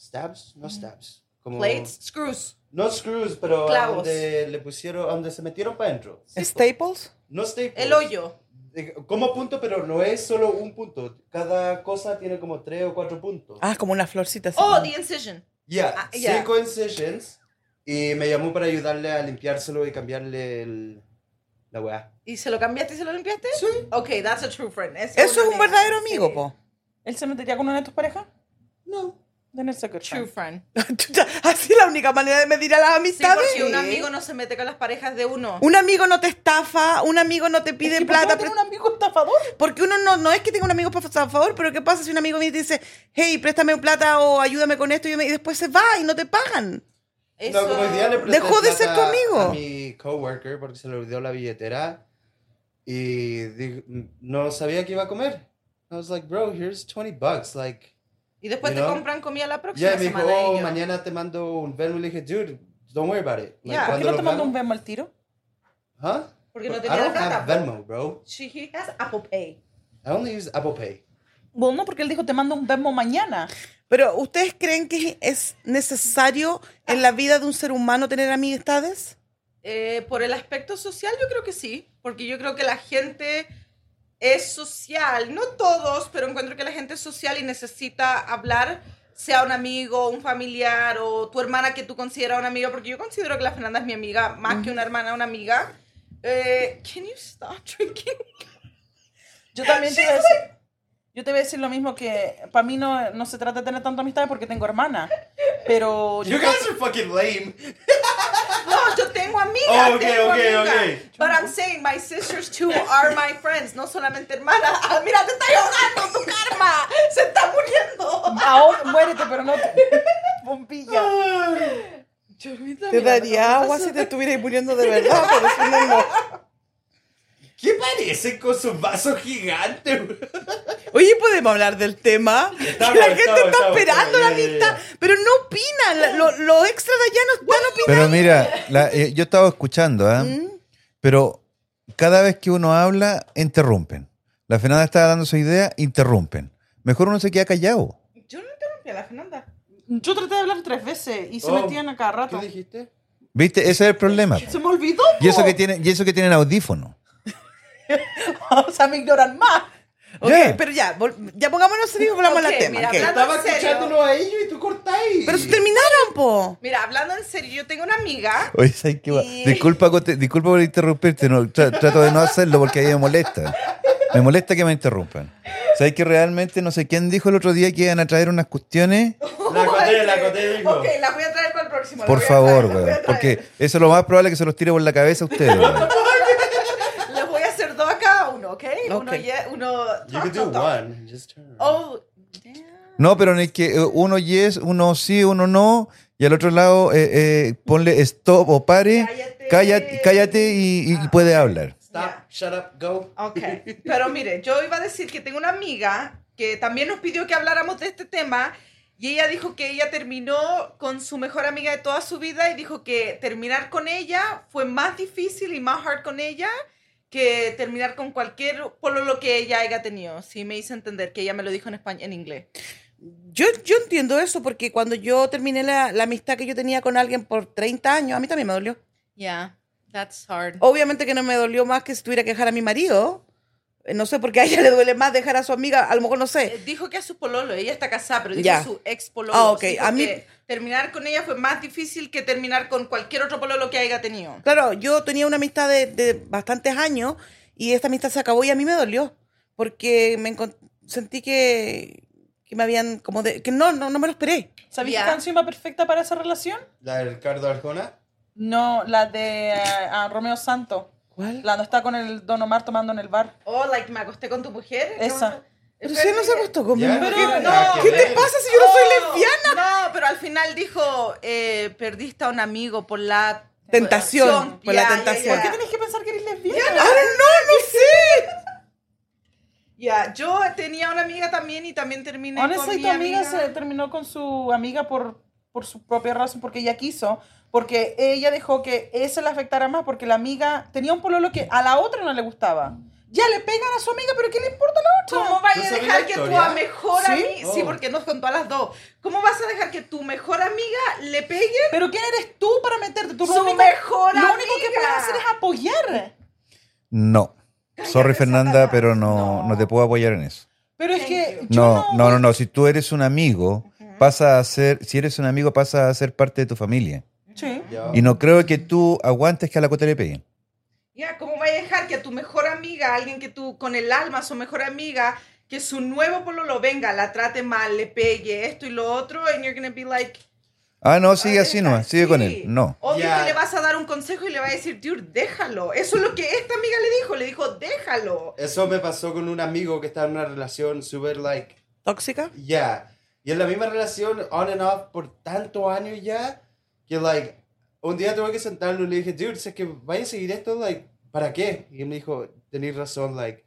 S2: stabs, no stabs, como
S1: Plates, screws.
S2: No screws, pero
S1: Clavos.
S2: donde le pusieron, donde se metieron para adentro.
S3: ¿Staples?
S2: No staples.
S1: El hoyo.
S2: Eh, Como punto, pero no es solo un punto. Cada cosa tiene como tres o cuatro puntos.
S3: Ah, como una florcita así.
S1: Oh, the incision.
S2: Ya,
S1: ah, ya.
S2: cinco incisions. Y me llamó para ayudarle a limpiárselo y cambiarle el- la weá.
S1: ¿Y se lo cambiaste y se lo limpiaste?
S2: Sí.
S1: Ok, that's a true friend. Ese
S3: Eso es un verdadero
S1: sí.
S3: amigo, po.
S5: ¿Él se metería con una de tus parejas?
S2: No.
S5: Then it's a good
S1: True
S5: friend.
S1: friend.
S3: Chuta, así es la única manera de medir a las
S1: Sí,
S3: amistades.
S1: porque un amigo no se mete con las parejas de uno.
S3: Un amigo no te estafa, un amigo no te
S5: Es
S3: pide
S5: que ¿por qué
S3: plata.
S5: no tener
S3: pre-
S5: un amigo estafador?
S3: Porque uno no, no es que tenga un amigo a favor, pero ¿qué pasa si un amigo viene y te dice, hey, préstame plata o ayúdame con esto? Y, yo me- y después se va y no te pagan.
S1: Eso...
S2: No, como hoy día le presté
S3: Dejó de ser
S2: plata
S3: tu amigo.
S2: A mi coworker porque se le olvidó la billetera y dijo- no sabía que iba a comer. I was like, bro, here's 20 bucks. Like,
S1: Y después
S2: You
S1: te
S2: know?
S1: compran comida la próxima
S2: Ya me dijo,
S1: semana.
S2: "Oh,
S1: ellos.
S2: mañana te mando un Venmo. Y le dije, dude, don't worry about it. Like,
S1: Yeah.
S5: ¿Por qué
S2: cuando
S5: no te
S2: lo
S5: mando un
S2: veamos-
S5: Venmo al tiro?
S2: Huh?
S1: Porque no
S2: But
S1: tenía
S2: I don't
S1: plata. pues.
S2: have Venmo, bro.
S1: She he has Apple Pay.
S2: I only use Apple Pay.
S5: Bueno, no, porque él dijo te mando un Venmo mañana.
S3: Pero ¿ustedes creen que es necesario en la vida de un ser humano tener amistades?
S1: Eh, por el aspecto social, yo creo que sí. Porque yo creo que la gente es social. No todos, pero encuentro que la gente es social y necesita hablar, sea un amigo, un familiar o tu hermana que tú consideras una amiga. Porque yo considero que la Fernanda es mi amiga, más que una hermana, una amiga. Eh, can you stop drinking?
S5: Yo también te voy a decir. Yo te voy a decir lo mismo que para mí no, no se trata de tener tanta amistad porque tengo hermana. Pero yo
S2: You guys are fucking lame.
S1: No, yo tengo amigas.
S2: Oh, ok,
S1: tengo
S2: ok,
S1: amigas.
S2: ok.
S1: But I'm saying my sisters too are my friends. No solamente hermanas. Ah, mira, te está ahogando tu karma. Se está muriendo.
S5: ahora muérete, pero no te- bombilla.
S3: Te daría agua si te estuvieras muriendo de verdad, pero si no, no.
S2: ¿Qué parece con su vaso gigante?
S3: Oye, podemos hablar del tema. Que
S2: Estamos,
S3: la gente
S2: estamos,
S3: está
S2: estamos,
S3: esperando
S2: estamos,
S3: la
S2: ya, ya,
S3: amistad, pero no opinan. La- lo- Los extras de allá no están opinando.
S4: Pero mira, la- eh, yo estaba escuchando, ¿ah? Pero cada vez que uno habla, interrumpen. La Fernanda estaba dando su idea, interrumpen. Mejor uno se queda callado.
S1: Yo no interrumpí a la Fernanda.
S5: Yo traté de hablar tres veces y se
S2: Oh.
S5: metían a cada rato.
S2: ¿Qué dijiste?
S4: ¿Viste? Ese es el problema.
S5: Se me olvidó.
S4: Y eso
S5: po.
S4: que tienen, y eso que tienen audífono.
S5: o sea, me ignoran más.
S3: Ok,
S4: Ya.
S3: pero ya, vol- ya pongámonos serios y volvamos
S1: Ok,
S3: al tema.
S1: mira,
S3: ok.
S1: hablando-
S2: Estaba
S1: en serio?
S2: escuchándolo a ellos y tú cortáis.
S3: Pero se terminaron, po.
S1: Mira, hablando en serio, yo tengo una amiga.
S4: Oye, ¿sabes qué va?
S1: Y-
S4: Disculpa, Cote- disculpa por interrumpirte, no, tra- trato de no hacerlo porque a mí me molesta. Me molesta que me interrumpan. ¿Sabes que realmente no sé quién dijo el otro día que iban a traer unas cuestiones?
S2: La coté, la coté dijo.
S1: Ok, la voy a traer para el próximo. la
S4: Por
S1: voy a
S4: favor,
S1: traer, la voy a
S4: weón.
S1: traer.
S4: Porque eso es lo más probable que se los tire por la cabeza a ustedes. weón.
S1: Les voy a hacer dos a cada uno, ¿ok? Uno,
S3: Ok.
S1: ye- uno
S2: You
S1: talk,
S2: can do
S1: talk, talk.
S2: one. Just turn.
S1: Oh,
S4: No, pero en el que eh, uno yes, uno sí, uno no, y al otro lado eh, eh, ponle stop o pare,
S1: Cállate.
S4: cállate, cállate y, y- y puede hablar.
S2: Stop, shut up, go.
S1: ok. Pero mire, yo iba a decir que tengo una amiga que también nos pidió que habláramos de este tema y ella dijo que ella terminó con su mejor amiga de toda su vida y dijo que terminar con ella fue más difícil y más hard con ella que terminar con cualquier por lo que ella haya tenido. Si me hice entender que ella me lo dijo en español, en inglés.
S3: Yo, yo entiendo eso porque cuando yo terminé la, la amistad que yo tenía con alguien por 30 años, a mí también me dolió.
S1: Yeah, that's hard.
S3: Obviamente que no me dolió más que si tuviera que dejar a mi marido. Eh, No sé por qué a ella le duele más dejar a su amiga, a lo mejor no sé.
S1: Eh, Dijo que a su pololo, ella está casada, pero dijo
S3: Ya.
S1: su ex pololo.
S3: Ah, ok.
S1: Dijo
S3: A mí-
S1: que terminar con ella fue más difícil que terminar con cualquier otro pololo que haya tenido.
S3: Claro, yo tenía una amistad de, de bastantes años y esta amistad se acabó y a mí me dolió porque me encon- sentí que, que me habían como de, que no, no, no me lo esperé.
S5: ¿Sabéis
S1: Ya.
S5: qué canción va perfecta para esa relación?
S2: La del Ricardo Arjona.
S5: No, la de eh, a Romeo Santo.
S3: ¿Cuál?
S5: La donde está con el Don Omar tomando en el bar.
S1: Oh, like, me acosté con tu mujer.
S5: Esa.
S3: Pero si ella no se acostó conmigo.
S2: Ya,
S5: Pero
S2: tiene
S5: no,
S2: nada que
S3: ¿Qué te
S2: ver.
S3: pasa si yo no soy
S1: Oh,
S3: lesbiana?
S1: No, pero al final dijo, eh, perdiste a un amigo por la...
S3: Tentación,
S1: acción.
S3: por la
S1: Ya, ya,
S3: tentación.
S1: ya.
S5: ¿Por qué tenés que pensar que eres lesbiana?
S3: Ah, no, no sé.
S1: Ya, yo tenía una amiga también y también terminé con
S5: Honestly,
S1: mi
S5: tu amiga, se terminó con su amiga por, por su propia razón, porque ella quiso, porque ella dejó que eso le afectara más, porque la amiga tenía un pololo que a la otra no le gustaba. Ya le pegan a su amiga, pero ¿qué le importa a la otra?
S1: ¿Cómo vas
S2: ¿Tú
S1: a
S2: sabes
S1: dejar
S2: la
S1: que tu
S2: historia?
S1: a- mejor
S5: ¿Sí?
S1: amiga... Sí,
S2: Oh.
S1: porque nos contó a las dos. ¿Cómo vas a dejar que tu mejor amiga le pegue
S5: ¿Pero quién eres tú para meterte? Tú
S1: Su
S5: lo único,
S1: mejor
S5: lo único que
S1: amiga.
S5: puedes hacer es apoyar.
S4: No. Sorry, Fernanda, pero no,
S5: No.
S4: no te puedo apoyar en eso.
S5: Pero es
S1: Thank
S5: que... yo
S4: No, no, no, no. Si tú eres un amigo, pasa a ser, si eres un amigo, pasa a ser parte de tu familia.
S5: Sí.
S2: Ya.
S4: Y no creo que tú aguantes que a la cota le peguen.
S1: Ya, ¿cómo va a dejar que a tu mejor amiga, alguien que tú con el alma, su mejor amiga, que su nuevo polo lo venga, la trate mal, le pegue esto y lo otro, and you're gonna be like,
S4: Ah, no, sigue
S1: "Ah,
S4: así
S1: deja,
S4: nomás, sigue con
S1: sí".
S4: él. No.
S1: Obvio
S2: Ya.
S1: que le vas a dar un consejo y le vas a decir, dude, déjalo. Eso es lo que esta amiga le dijo, le dijo, déjalo.
S2: Eso me pasó con un amigo que estaba en una relación super like
S3: ¿Tóxica?
S2: Ya. Y en la misma relación, on and off, por tantos años ya, que, like, un día tuve que sentarlo y le dije, dude, si es que vaya a seguir esto, like, ¿para qué? Y él me dijo, tenéis razón, like,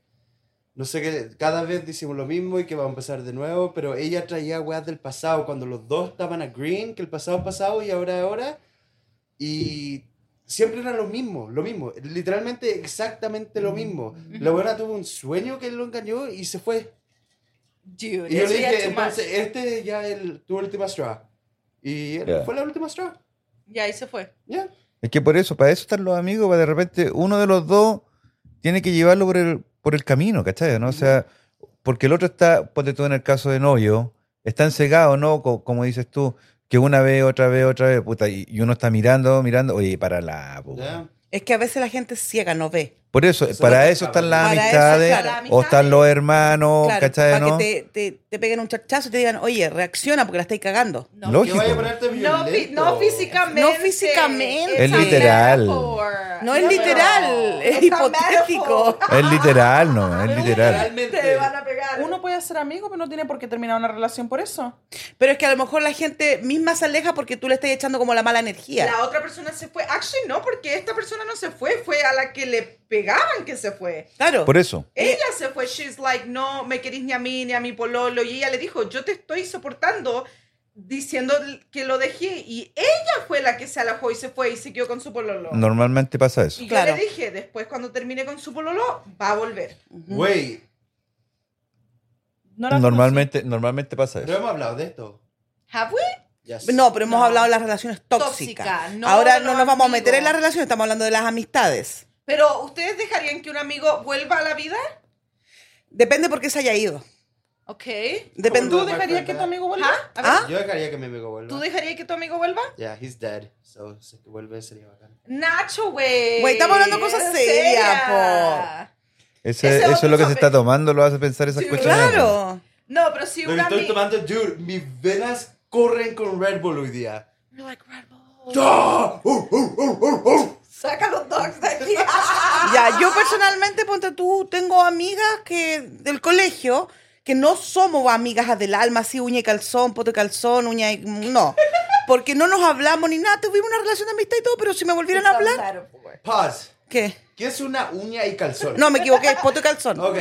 S2: no sé qué, cada vez decimos lo mismo y que va a empezar de nuevo, pero ella traía weas del pasado, cuando los dos estaban a green, que el pasado es pasado y ahora es ahora, y siempre era lo mismo, lo mismo, literalmente exactamente lo mismo. La buena tuvo un sueño que lo engañó y se fue.
S1: Dude,
S2: Y yo
S1: eso
S2: le
S1: ya
S2: dije,
S1: es too much.
S2: entonces, este ya es tu última straw. Y él
S4: Ya.
S2: fue la última straw.
S1: Ya, ahí se fue.
S2: Ya.
S4: Es que por eso, para eso están los amigos, para de repente uno de los dos tiene que llevarlo por el, por el camino, ¿cachai? ¿no? O sea, porque el otro está, ponte tú en el caso de novio, están cegados, ¿no? Co- como dices tú, que una vez, otra vez, otra vez, puta, y, y uno está mirando, mirando, oye, para la... po,
S2: Ya.
S3: Es que a veces la gente es ciega, no ve.
S4: Por eso,
S2: Eso
S4: para
S2: es
S4: eso
S2: lo que
S4: están las
S3: Para eso,
S4: Ah, amistades,
S1: claro.
S4: o están los hermanos,
S3: Claro,
S4: ¿cachai?
S3: para
S4: ¿no?
S3: que te, te, te peguen un chachazo y te digan, oye, reacciona porque la estáis cagando.
S1: No,
S4: Lógico.
S2: Que vaya a ponerte
S1: No, fi-
S2: violento.
S1: no físicamente.
S3: No físicamente.
S4: Es literal.
S1: Ah,
S3: No es
S5: No,
S3: literal,
S5: pero
S3: es
S5: it's a
S3: hipotético.
S5: metaphor.
S4: Es literal, no, es
S2: Pero
S4: literal.
S1: Te
S2: literalmente.
S1: van a pegar.
S5: Uno puede ser amigo, pero no tiene por qué terminar una relación por eso.
S3: Pero es que a lo mejor la gente misma se aleja porque tú le estás echando como la mala energía.
S1: La otra persona se fue. Actually, no, porque esta persona no se fue. Fue a la que le pegaban que se fue.
S3: Claro.
S4: Por eso.
S5: Eh,
S1: Ella se fue. She's like, no me querís ni a mí ni a mi pololo. Y ella le dijo, yo te estoy soportando diciendo que lo dejé. Y ella fue la que se alojó y se fue y se quedó con su pololo.
S4: Normalmente pasa eso.
S1: Y yo
S3: Claro.
S1: le dije, después pues cuando termine con su pololo, va a volver.
S2: Güey,
S5: No la
S4: Normalmente, normalmente pasa
S2: no
S4: eso.
S2: hemos hablado de esto.
S1: ¿Have we?
S2: Yes.
S3: No, pero hemos
S1: No.
S3: hablado de las relaciones tóxicas.
S1: Tóxica, no
S3: Ahora
S1: de
S3: no
S1: los
S3: nos vamos a meter
S1: amigos.
S3: en las relaciones, estamos hablando de las amistades.
S1: Pero, ¿ustedes dejarían que un amigo vuelva a la vida?
S3: Depende por qué se haya ido.
S1: Ok.
S5: conocí.
S3: Depende.
S5: ¿Tú dejarías que tu amigo vuelva?
S1: ¿Ah? A ver,
S3: ¿Ah?
S2: Yo dejaría que mi amigo
S1: ¿Tú
S2: vuelva.
S1: dejarías que tu amigo vuelva?
S2: Yeah, he's dead. So, si es que vuelve sería bacán.
S1: Nacho, güey.
S3: Güey, estamos hablando cosas
S1: En
S3: serias,
S1: serio.
S4: Ese,
S1: Ese
S4: eso
S1: otro
S4: es lo que se
S1: sabe.
S4: está tomando, lo hace pensar esas
S1: Sí,
S4: cuestiones.
S3: Claro.
S1: No, pero si
S2: Lo
S1: un
S2: que estoy
S1: amigo...
S2: tomando, dude, mis venas corren con Red Bull hoy día.
S1: No, like, Red Bull.
S2: ¡Ah! ¡Uh, uh, uh, uh, uh!
S1: Saca los dogs de aquí.
S3: Ya, yo personalmente, ponte tú, tengo amigas que del colegio que no somos amigas del alma, así uña y calzón, poto y calzón, uña y... No. Porque no nos hablamos ni nada, tuvimos una relación de amistad y todo, pero si me volvieran a hablar...
S1: pues.
S2: Pause.
S3: ¿Qué?
S2: ¿Qué es una uña y calzón?
S3: No, me equivoqué, es poto y calzón.
S2: Ok.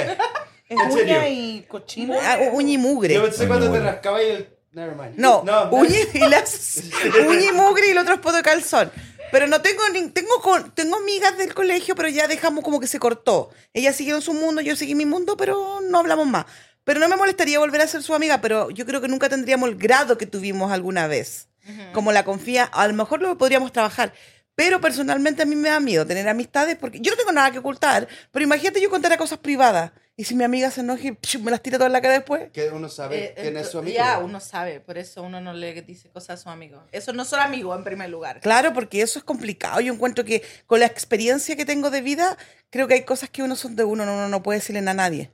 S5: Es
S2: Continue.
S5: uña y cochino.
S3: Ah, u- uña y mugre.
S2: Yo pensé
S4: Uña,
S2: cuando te
S4: uña.
S2: rascaba y el... Never mind.
S3: No,
S2: no.
S3: uña y las uña y mugre y el otro es poto de calzón. Pero no tengo ni- tengo con- tengo amigas del colegio, pero ya dejamos como que se cortó. Ellas siguieron su mundo, yo seguí mi mundo, pero no hablamos más. Pero no me molestaría volver a ser su amiga, pero yo creo que nunca tendríamos el grado que tuvimos alguna vez.
S2: Ah.
S3: Como la confía, a lo mejor lo podríamos trabajar. Pero personalmente a mí me da miedo tener amistades porque yo no tengo nada que ocultar, pero imagínate yo contara cosas privadas y si mi amiga se enoja y psh, me las tira toda en la cara después.
S2: Que uno sabe
S1: Eh,
S2: quién es su
S1: ento-
S2: amigo.
S1: Ya, uno sabe, por eso uno no le dice cosas a su amigo. Eso no son amigos en primer lugar.
S3: Claro, porque eso es complicado. Yo encuentro que con la experiencia que tengo de vida, creo que hay cosas que uno son de uno, no- uno no puede decirle a nadie.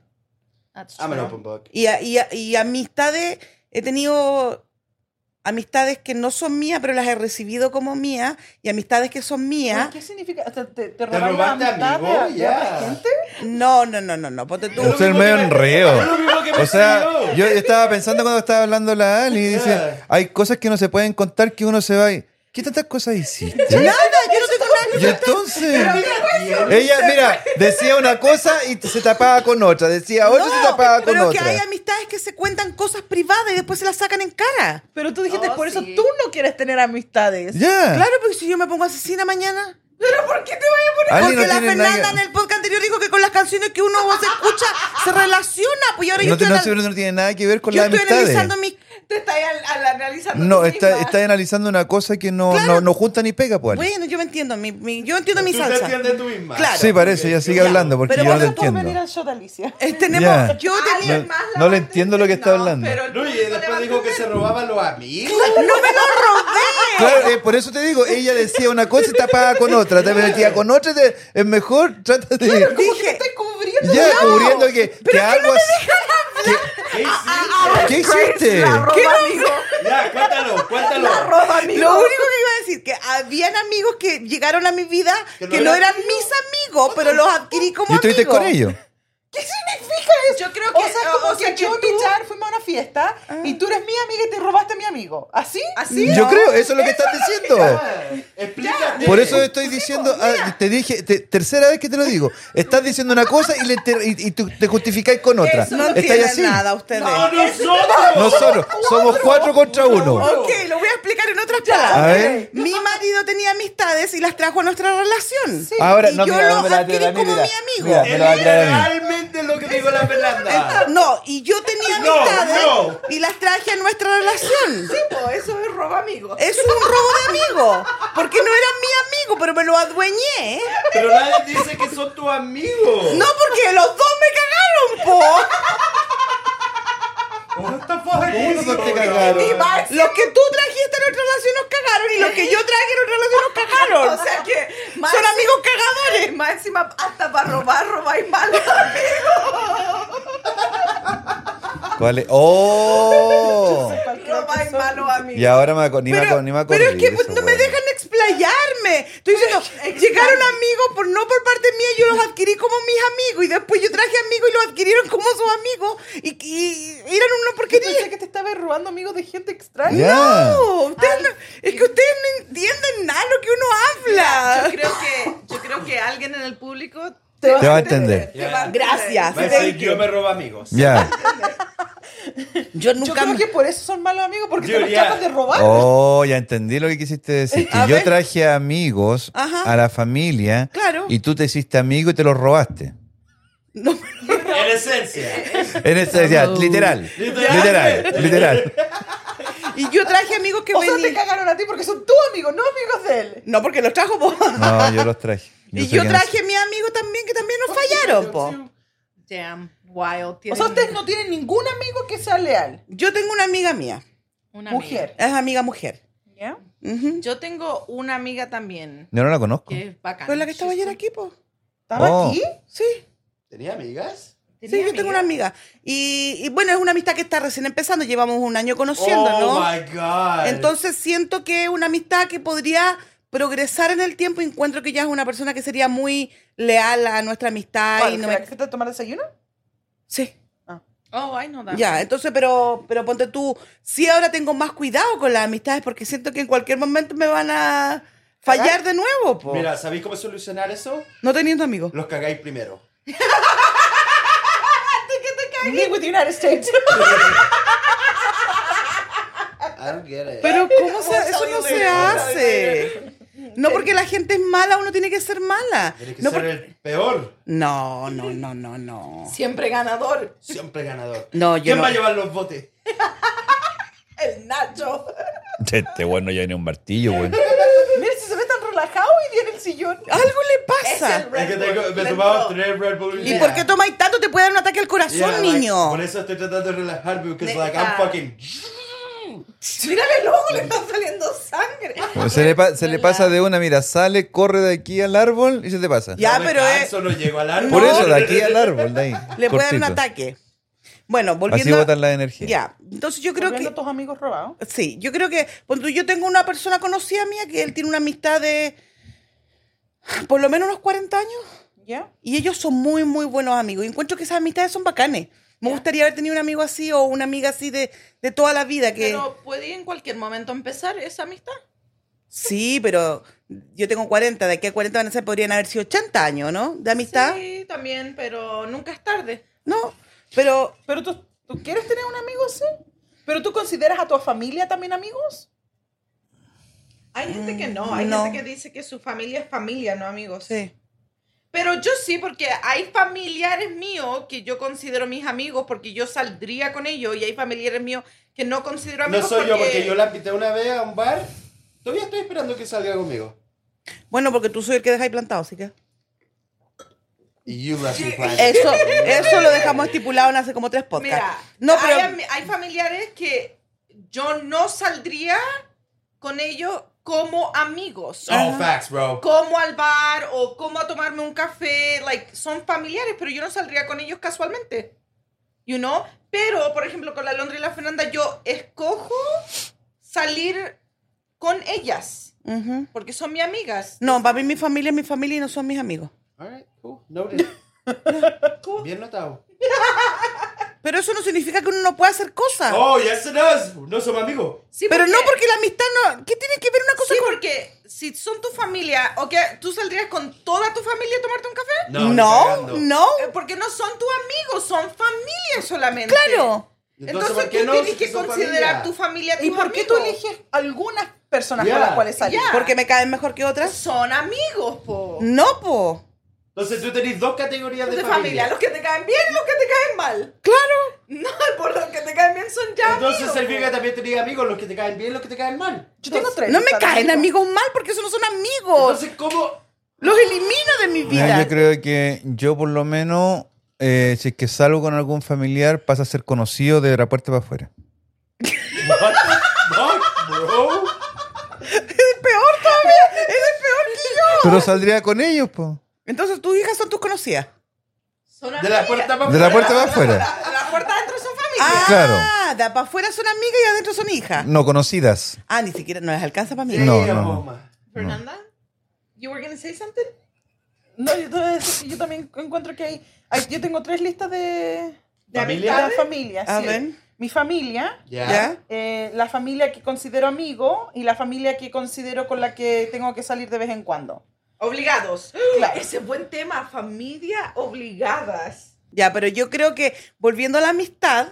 S1: That's
S2: I'm an
S1: true.
S2: open book.
S3: Y, a- y a- y amistades, he tenido amistades que no son mías, pero las he recibido como mías, y amistades que son mías.
S5: Uy, ¿Qué significa? ¿Te, te, te
S2: ¿Te
S5: robaron la
S2: robaste
S5: amistad de-
S2: amigo?
S5: de
S2: Ya.
S5: otra gente?
S3: No, no, no, no, no. Ponte tú.
S4: Usted es medio enreo. O sea,
S2: yo...
S4: yo estaba pensando cuando estaba hablando la Ali y dice,
S2: Yeah.
S4: hay cosas que no se pueden contar que uno se va y... ¿Qué tantas cosas hiciste?
S3: Nada, yo no tengo nada.
S4: Y entonces... Ella, mira, decía una cosa y se tapaba con otra, decía otra y se
S3: No,
S4: tapaba con
S3: pero que
S4: otra.
S3: hay amistades que se cuentan cosas privadas y después se las sacan en cara.
S5: Pero tú dijiste,
S1: Oh,
S5: por eso
S1: sí.
S5: tú no quieres tener amistades.
S4: Ya.
S3: Claro, porque si yo me pongo asesina mañana.
S1: Pero ¿por qué te vaya a poner?
S4: Ali
S3: Porque
S4: no
S3: la
S4: tiene
S3: Fernanda
S4: nada que-
S3: en el podcast anterior dijo que con las canciones que uno se escucha se relaciona. Pues y ahora yo
S4: No, te-
S3: estoy,
S4: no
S3: anal-
S4: sé, no tiene nada que ver con
S3: yo
S4: las
S3: estoy
S4: amistades.
S3: analizando mis.
S1: Te estás al- al- analizando.
S4: No,
S1: tú
S4: está,
S1: misma.
S4: está analizando una cosa que no,
S3: Claro.
S4: no, no junta ni pega, pues. Ali.
S3: Bueno, yo me entiendo, mi, mi- yo entiendo mi
S2: Tú te
S3: salsa.
S2: entiendes tú misma.
S3: Claro.
S4: Sí, parece, ya
S2: Ok,
S4: sigue
S2: yo-
S4: hablando porque
S3: Pero
S4: yo no
S5: ¿Cuándo
S4: lo
S5: puedo venir
S4: entiendo.
S5: al show de Alicia?
S3: Eh, tenemos,
S4: Ya.
S3: yo
S1: Alguien
S3: tenía-
S4: No-
S1: más la
S4: no
S1: va
S4: le
S1: a
S4: entiendo lo que
S1: entender.
S4: está hablando.
S1: pero el
S2: No, y
S1: público le va
S2: después
S1: a
S2: dijo que se
S1: entender.
S2: robaba los amigos.
S4: Claro, eh, por eso te digo, ella decía una cosa y tapaba con otra, te metía con otra, te- es mejor, trata de...
S3: dije,
S5: cubriendo.
S4: ya, cubriendo que, que algo así...
S2: ¿Qué
S4: ¿Qué,
S2: hiciste?
S4: hiciste?
S3: ¿Qué no-
S2: Ya, cuéntalo, cuéntalo.
S3: lo único que iba a decir que habían amigos que llegaron a mi vida que no,
S2: no eran
S3: eran mis amigos, pero los adquirí como
S4: ¿Y estuviste
S3: amigos.
S4: con ellos?
S5: ¿Qué significa eso?
S1: Yo creo
S5: O
S1: que-
S5: sea,
S1: o-
S5: como
S1: o sea,
S5: si
S1: que
S5: yo
S1: tú-
S5: y Char fuimos a una fiesta
S4: Ah.
S5: y tú eres mi amiga y te robaste a mi amigo. ¿Así?
S1: ¿Así?
S4: Yo
S1: No.
S4: creo, eso es lo que estás diciendo.
S2: Ya, Explícate.
S3: Eh,
S4: Por eso estoy diciendo,
S3: pues,
S4: ah, te dije, te- tercera vez que te lo digo, estás diciendo una cosa y, le inter- y- y tú te justificáis con otra.
S3: Eso no
S4: Estáis
S3: tiene
S4: así.
S3: nada ustedes.
S2: No, nosotros.
S4: Nosotros somos cuatro contra uno.
S3: Ok, lo voy a explicar en otras
S4: A
S3: palabras.
S4: ver.
S3: Mi marido tenía amistades y las trajo a nuestra relación.
S4: Ahora,
S3: y
S4: no,
S3: yo
S4: mira,
S3: lo
S4: me la-
S3: adquirí
S4: me la-
S3: como
S4: mira,
S3: mi amigo.
S4: mira, me la-
S2: Es literalmente lo que dijo la Fernanda.
S3: No, y yo tenía
S2: No,
S3: amistades
S2: no.
S3: y las traje a nuestra relación.
S1: Sí, po, eso es robo amigo.
S3: Eso es un robo de amigo. Porque no eran mi amigo, pero me lo adueñé.
S2: Pero nadie dice que son tus amigos.
S3: No, porque los dos me cagaron, po.
S2: What the fuck is
S4: no te
S2: going
S4: cagaron?
S2: on?
S1: Y va-
S3: Los que tú trajiste a nuestra relación nos cagaron y los que yo traje a nuestra relación nos cagaron.
S1: O sea que...
S3: Son amigos cagadores.
S1: más encima, hasta para robar, robáis mal, amigos.
S4: ¿Cuál es? ¡Oh!
S1: Robáis malos amigos.
S4: Y ahora me, aco- ni me, aco-
S3: Pero,
S4: ni me
S3: pero es
S4: acordé
S3: que
S4: de
S3: pues,
S4: eso,
S3: no me
S4: weón.
S3: dejan explayarme. Estoy diciendo, llegaron amigos, por, no por parte mía, yo los adquirí como mis amigos y después yo traje amigos y los adquirieron como sus amigos y, y eran una porquería.
S5: Pensé que te estaba robando amigos de gente extraña.
S4: Ya.
S3: No,
S4: ah.
S3: ustedes no- es que ustedes no entienden nada lo que uno
S1: Yo
S3: habla.
S1: creo que, yo creo que alguien en el público
S4: Te va a entender.
S1: te va a entender.
S3: Gracias.
S2: Va a decir, yo me robo amigos.
S4: Ya.
S3: Yo
S5: Yo
S3: nunca
S5: creo
S3: me-
S5: que por eso son malos amigos, porque te los
S2: Julia.
S5: tratan de robar.
S4: Oh, ya entendí lo que quisiste decir. Que
S3: A
S4: yo
S3: ver.
S4: traje amigos
S3: Ajá.
S4: a la familia
S3: Claro.
S4: y tú te hiciste amigo y te los robaste.
S3: no-
S2: En esencia.
S4: En ese, ya,
S1: Hello.
S4: literal.
S2: Literal.
S4: Literal, literal.
S3: y yo traje amigos que
S5: o sea, te
S3: venían.
S5: cagaron a ti porque son tus amigos, no amigos de él.
S3: No, porque los trajo vos.
S4: No, yo los traje.
S3: y
S4: sé
S3: yo
S4: que no sé.
S3: traje a mis amigos también que también nos fallaron, po.
S1: Damn, wild.
S5: O sea,
S1: Tienen
S5: ustedes no tienen ningún amigo que sea leal.
S3: Yo tengo una amiga mía,
S1: una
S5: Mujer.
S3: es amiga mujer.
S5: ¿Ya?
S3: Ujú.
S1: amiga. Yo tengo una amiga también,
S4: Yo no la conozco.
S1: que es bacana.
S3: Pues la que estaba
S1: She's
S3: ayer
S1: cool.
S3: aquí, po.
S5: ¿Estaba
S4: Oh.
S5: aquí?
S3: Sí.
S2: ¿Tenía amigas?
S3: Sí,
S1: ¿Tenía
S3: yo tengo una amiga. Y, y bueno, es una amistad que está recién empezando, llevamos un año conociéndonos.
S2: Oh my God.
S3: Entonces siento que es una amistad que podría progresar en el tiempo. Encuentro que ya es una persona que sería muy leal a nuestra amistad.
S5: Ay,
S3: y
S5: no
S3: no
S5: me...
S3: me-
S5: ¿Fuiste a tomar desayuno?
S3: Sí,
S1: Oh, I know that.
S3: ya, entonces, pero, pero ponte tú, sí ahora tengo más cuidado con las amistades porque siento que en cualquier momento me van a fallar de nuevo. po.
S2: Mira, ¿sabéis cómo solucionar eso?
S3: No teniendo amigos.
S2: Los cagáis primero.
S5: Live with the United States.
S2: I don't get it.
S3: Pero ¿cómo
S2: Vamos
S3: se,
S2: a
S3: eso no
S2: salir.
S3: se hace?
S1: Eh.
S3: No porque la gente es mala, uno tiene que ser mala.
S2: Tienes que
S3: No,
S2: ser
S3: por-
S2: el peor.
S3: no, no, no, no, no.
S1: Siempre ganador,
S2: Siempre ganador.
S3: No, yo
S2: ¿Quién
S3: no.
S2: va a llevar los botes?
S1: el Nacho.
S4: Este bueno ya ni un martillo, güey.
S5: Mira, si se ve tan relajado y viene el sillón.
S3: Algo le
S1: Es
S3: pasa.
S1: el
S2: Es que
S1: Red
S2: tengo,
S1: Bull,
S2: me
S1: le
S2: tomaba
S1: entró.
S2: tres Red Bull.
S3: ¿Y por qué tomáis tanto? Te puede dar un ataque al corazón,
S2: Yeah, like,
S3: niño.
S2: por eso estoy tratando de relajarme, porque
S1: Neta.
S2: like, I'm fucking.
S1: Mírale el ojo, le está saliendo sangre.
S4: Se le, pa- se le pasa de una, mira, sale, corre de aquí al árbol y se te pasa.
S3: Ya,
S2: No me
S3: pero es-
S2: canso, no llego al árbol.
S4: Por eso, de aquí al árbol, de ahí.
S3: le puede dar un
S4: cortito.
S3: ataque. Bueno,
S4: Así
S3: volviendo.
S4: botan la energía.
S3: Ya, entonces yo creo
S5: Creo
S3: que...
S5: a tus amigos robados.
S3: Sí, yo creo que ponte tú, yo tengo una persona conocida mía que él tiene una amistad de por lo menos unos 40 años
S5: ¿Ya?
S3: y ellos son muy, muy buenos amigos. Y encuentro que esas amistades son bacanes. Me gustaría haber tenido un amigo así o una amiga así de, de toda la vida que...
S1: Pero puede en cualquier momento empezar esa amistad.
S3: Sí, pero yo tengo 40, de aquí a 40 van a ser, podrían haber sido 80 años, ¿no? De amistad.
S1: Sí, también, pero nunca es tarde.
S3: No, pero
S5: Pero tú, tú quieres tener un amigo así. Pero tú consideras a tu familia también amigos.
S1: Hay gente que no, hay
S3: no.
S1: gente que dice que su familia es familia, no amigos.
S3: sí.
S1: Pero yo sí, porque hay familiares míos que yo considero mis amigos porque yo saldría con ellos y hay familiares míos que no considero
S2: No
S1: amigos.
S2: soy yo, porque yo la invité una vez a un bar. Todavía estoy esperando que salga conmigo.
S3: Bueno, porque tú soy el que dejáis plantado, así que...
S2: Y you left me planted.
S3: Eso, eso lo dejamos estipulado en hace como tres podcasts.
S1: Mira,
S3: no, pero...
S1: hay, ami- hay familiares que yo no saldría con ellos como amigos.
S2: All facts, bro.
S1: Como al bar o como a tomarme un café, like, son familiares, pero yo no saldría con ellos casualmente. You know? Pero, por ejemplo, con la Londra y la Fernanda, yo escojo salir con ellas.
S3: Ujú.
S1: Porque son mis amigas.
S3: No, para mí mi familia es mi familia y no son mis amigos.
S2: Alright, cool. Noted. Bien notado.
S3: Pero eso no significa que uno no pueda hacer
S1: Ah.
S3: cosas.
S2: Oh, yes it does. No somos amigos.
S1: Sí,
S3: Pero no porque la amistad no... ¿Qué tiene que ver una cosa
S1: Sí,
S3: con...
S1: porque si son tu familia, ¿ok? ¿Tú saldrías con toda tu familia a tomarte un café?
S2: No, ni
S3: no,
S2: cagando.
S3: no.
S1: Eh, Porque no son tus amigos, son familia solamente.
S3: Claro.
S1: Entonces,
S2: ¿por qué
S1: tú
S2: no?
S1: tienes
S2: Si
S1: que
S2: son
S1: considerar
S2: familia.
S1: tu familia
S5: ¿Y
S1: tus
S5: por qué tú
S1: amigos.
S5: eliges algunas personas
S2: Ya.
S5: con las cuales salir?
S1: Ya.
S3: Porque me caen mejor que otras.
S1: Son amigos, po.
S3: No, po.
S2: Entonces tú tenés dos categorías de,
S1: de
S2: familia.
S1: familia, los que te caen bien y los que te caen mal.
S3: Claro.
S1: No, por los que te caen bien son ya
S2: Entonces
S1: amigos,
S2: significa
S1: po.
S2: que también tenés amigos, los que te caen bien, los que te caen mal.
S5: Yo tengo tres.
S3: No me
S5: ¿sabes?
S3: caen amigos mal porque eso no son amigos.
S2: Entonces, ¿cómo?
S3: Los elimino de mi
S4: Mira,
S3: vida.
S4: yo creo que yo por lo menos, eh, si es que salgo con algún familiar, pasa a ser conocido de la puerta para afuera.
S2: What the fuck, bro?
S3: Peor todavía. Eres peor que yo.
S4: Pero saldría con ellos, po.
S3: Entonces tus hijas son tus conocidas.
S1: Son
S2: De la
S1: amigas.
S2: puerta para
S4: De la puerta
S2: afuera.
S4: para afuera.
S1: De la puerta adentro son familia.
S3: Ah,
S4: Claro. Mm.
S3: de para afuera son amigas y adentro son hijas.
S4: No conocidas.
S3: Ah, ni siquiera no les alcanza para mí.
S4: Sí. No,
S2: Sí,
S4: no.
S2: mamá.
S1: Fernanda, you were gonna say something?
S5: Ah, No, yo, todo eso- yo también encuentro que hay, hay- Yo tengo tres listas de. de
S2: ¿Familia?
S5: amistades, familia,
S3: A
S5: sí.
S3: ver.
S5: Mi familia,
S2: Ya.
S3: ¿Ya?
S5: eh, la familia que considero amigo y la familia que considero con la que tengo que salir de vez en cuando.
S1: Obligados.
S5: Claro.
S1: Ese buen tema, familia obligadas.
S3: Ya, pero yo creo que volviendo a la amistad,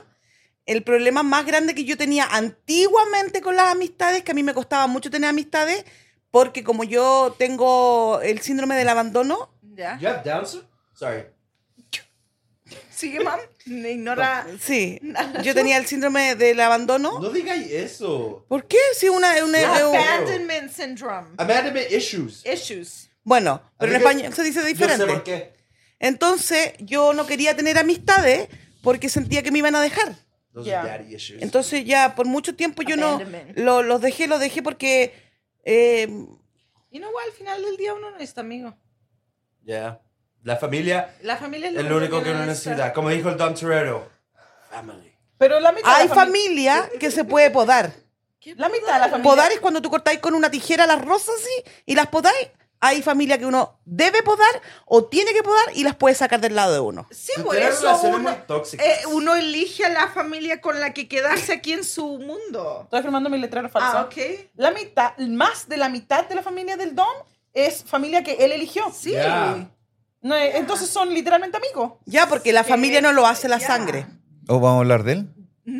S3: el problema más grande que yo tenía antiguamente con las amistades, que a mí me costaba mucho tener amistades, porque como yo tengo el síndrome del abandono,
S1: ¿Ya?
S2: You have Down syndrome? Sorry.
S1: ¿Sigue, mam? Me ignora.
S3: sí, yo tenía el síndrome del abandono.
S2: No digáis eso.
S3: ¿Por qué? Si una, una-
S2: No,
S3: un-
S2: pero-
S1: Abandonment syndrome.
S2: Abandonment issues.
S1: Issues.
S3: bueno, pero en
S2: Amiga,
S3: español se dice
S2: Yo sé
S3: diferente.
S2: por qué.
S3: Entonces, yo no quería tener amistades porque sentía que me iban a dejar.
S2: Those
S5: Yeah.
S2: are daddy issues.
S3: Entonces ya por mucho tiempo yo no
S1: Abandonment.
S3: lo- los dejé, los dejé porque eh,
S1: Y no, al final del día uno no necesita amigo.
S2: Yeah. La familia
S1: La familia es
S2: es lo único que uno necesita. Como dijo el Don Torero. Family.
S5: Pero la mitad. de
S3: hay
S5: la fami-
S3: familia que se puede podar.
S1: ¿Qué
S5: La mitad de la familia.
S3: Podar es cuando tú cortáis con una tijera las rosas así y las podáis. Hay familia que uno debe podar o tiene que podar y las puede sacar del lado de uno.
S1: Sí,
S2: Tú
S1: por
S2: tienes
S1: eso
S2: relaciones
S1: uno,
S2: muy tóxicas.
S1: eh, uno elige a la familia con la que quedarse aquí en su mundo.
S5: Estoy firmando mi letrero falso.
S1: Ah, ok.
S5: La mitad, más de la mitad de la familia del Dom es familia que él eligió.
S1: Sí.
S2: Yeah.
S5: No, eh, Entonces son literalmente amigos.
S3: Ya, porque la
S1: Sí,
S3: familia no lo hace la
S1: ya.
S3: sangre.
S4: ¿O vamos a hablar de él?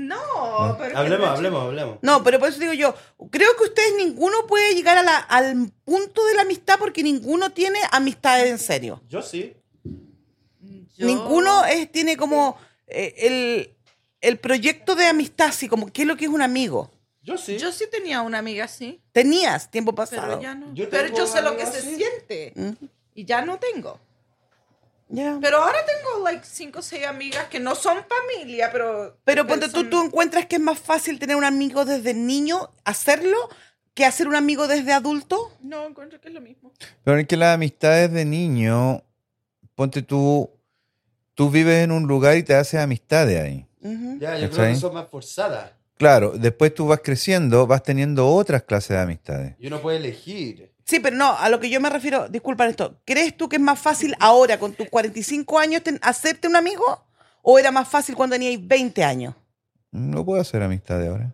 S1: No, pero.
S2: Hablemos, hablemos, hablemos.
S3: No, pero por eso digo yo, creo que ustedes ninguno puede llegar a la- al punto de la amistad porque ninguno tiene amistades en serio.
S2: Yo sí.
S1: Yo-
S3: Ninguno es, tiene como eh, el, el proyecto de amistad, así como qué es lo que es un amigo.
S2: Yo sí.
S1: Yo sí tenía una amiga así,
S3: Tenías tiempo
S1: pero
S3: pasado.
S1: ya no.
S2: Yo
S1: pero
S2: tengo
S1: yo sé lo
S2: algo
S1: que se
S2: así.
S1: siente.
S3: Ujú.
S1: Y ya no tengo.
S3: Ya.
S1: Pero ahora tengo, like, cinco o seis amigas que no son familia, pero.
S3: Pero ponte tú,
S1: son-
S3: tú encuentras que es más fácil tener un amigo desde niño, hacerlo, que hacer un amigo desde adulto.
S1: No, encuentro que es lo mismo.
S4: Pero es que las amistades de niño, ponte tú, tú vives en un lugar y te haces amistades ahí.
S3: Ujú.
S2: Ya, yo creo
S4: ¿Cachai?
S2: que son más forzadas.
S4: Claro, después tú vas creciendo, vas teniendo otras clases de amistades.
S2: Y uno puede elegir.
S3: Sí, pero no, a lo que yo me refiero, disculpa esto, ¿crees tú que es más fácil ahora con tus 45 años ten- hacerte un amigo o era más fácil cuando tenías 20 años?
S4: No puedo hacer amistades ahora.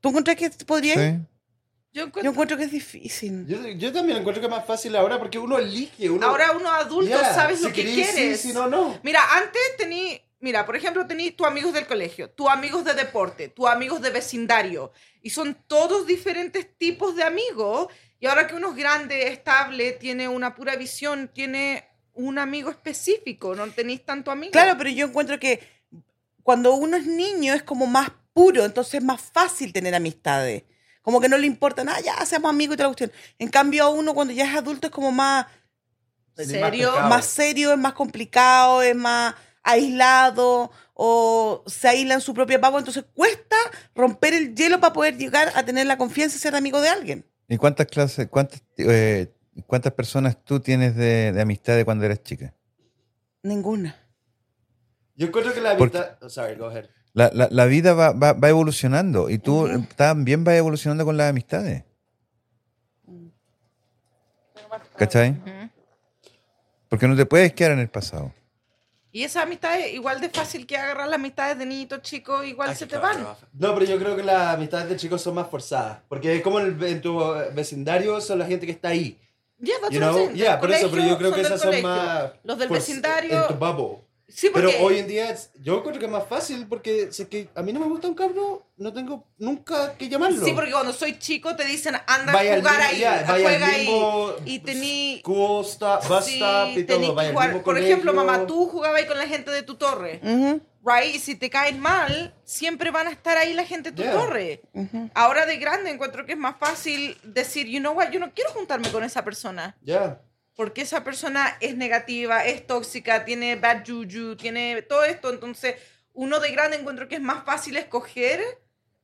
S3: ¿Tú encuentras que podrías?
S1: Yo
S4: Sí.
S3: Yo
S1: encuentro.
S3: encuentro que es difícil.
S2: Yo, yo también encuentro que es más fácil ahora porque uno elige. Uno,
S1: Ahora uno adulto
S2: Yeah,
S1: sabes
S2: si
S1: lo que
S2: querís,
S1: quieres.
S2: Sí, si no, no.
S1: Mira, antes tení, mira, por ejemplo, tení tus amigos del colegio, tus amigos de deporte, tus amigos de vecindario, y son todos diferentes tipos de amigos, y ahora que uno es grande, estable, tiene una pura visión, tiene un amigo específico, no tenéis tanto amigo.
S3: Claro, pero yo encuentro que cuando uno es niño es como más puro, entonces es más fácil tener amistades. Como que no le importa nada, ya seamos amigos y toda la cuestión. En cambio, a uno cuando ya es adulto es como más,
S2: Tenés
S1: ¿Serio?
S2: pecado.
S3: más serio, es más complicado, es más aislado o se aísla en su propia pavo. Entonces cuesta romper el hielo para poder llegar a tener la confianza y ser amigo de alguien.
S4: ¿Y cuántas clases, cuántas, eh, cuántas personas tú tienes de, de amistad de cuando eras chica?
S3: Ninguna.
S2: Yo encuentro que la
S4: Porque-
S2: amistad... oh, sorry, go ahead.
S4: La, la- la vida va, va- va evolucionando y tú también vas evolucionando con las amistades. ¿Cachai?
S1: Ujú.
S4: Porque no te puedes quedar en el pasado.
S1: Y esa amistad es igual de fácil que agarrar las amistades de niñitos chicos, igual se te van.
S2: No, pero yo creo que las amistades de chicos son más forzadas. Porque es como en, el- en tu vecindario son la gente que está ahí.
S1: Yeah, that's
S2: You
S1: what I'm
S2: know?
S1: saying.
S2: Yeah,
S1: Del
S2: por eso, pero yo
S1: colegio
S2: creo que
S1: del
S2: esas son
S1: colegio.
S2: más...
S1: Los del
S2: forz- En tu
S1: vecindario.
S2: bubble.
S1: Sí, porque
S2: Pero hoy en día es- yo encuentro que es más fácil porque si es que a mí no me gusta un cabro, no tengo nunca que llamarlo.
S1: Sí, porque cuando soy chico te dicen anda
S2: Vaya
S1: a
S2: al
S1: jugar
S2: bingo,
S1: ahí,
S2: ya,
S1: a
S2: vaya al pues,
S1: juega ahí.
S2: bingo,
S1: Y tení.
S2: School stop, bus
S1: sí,
S2: stop y
S1: tení
S2: todo.
S1: que
S2: Vaya al
S1: jugar.
S2: mismo
S1: Por ejemplo,
S2: colegio.
S1: mamá, tú jugabas ahí con la gente de tu torre.
S3: Ujú.
S1: Right? Y si te caes mal, siempre van a estar ahí la gente de tu
S2: Yeah.
S1: torre. Ahora de grande encuentro que es más fácil decir, you know what, yo no quiero juntarme con esa persona.
S2: Ya.
S1: Porque esa persona es negativa, es tóxica, tiene bad juju, tiene todo esto. Entonces, uno de grande encuentro que es más fácil escoger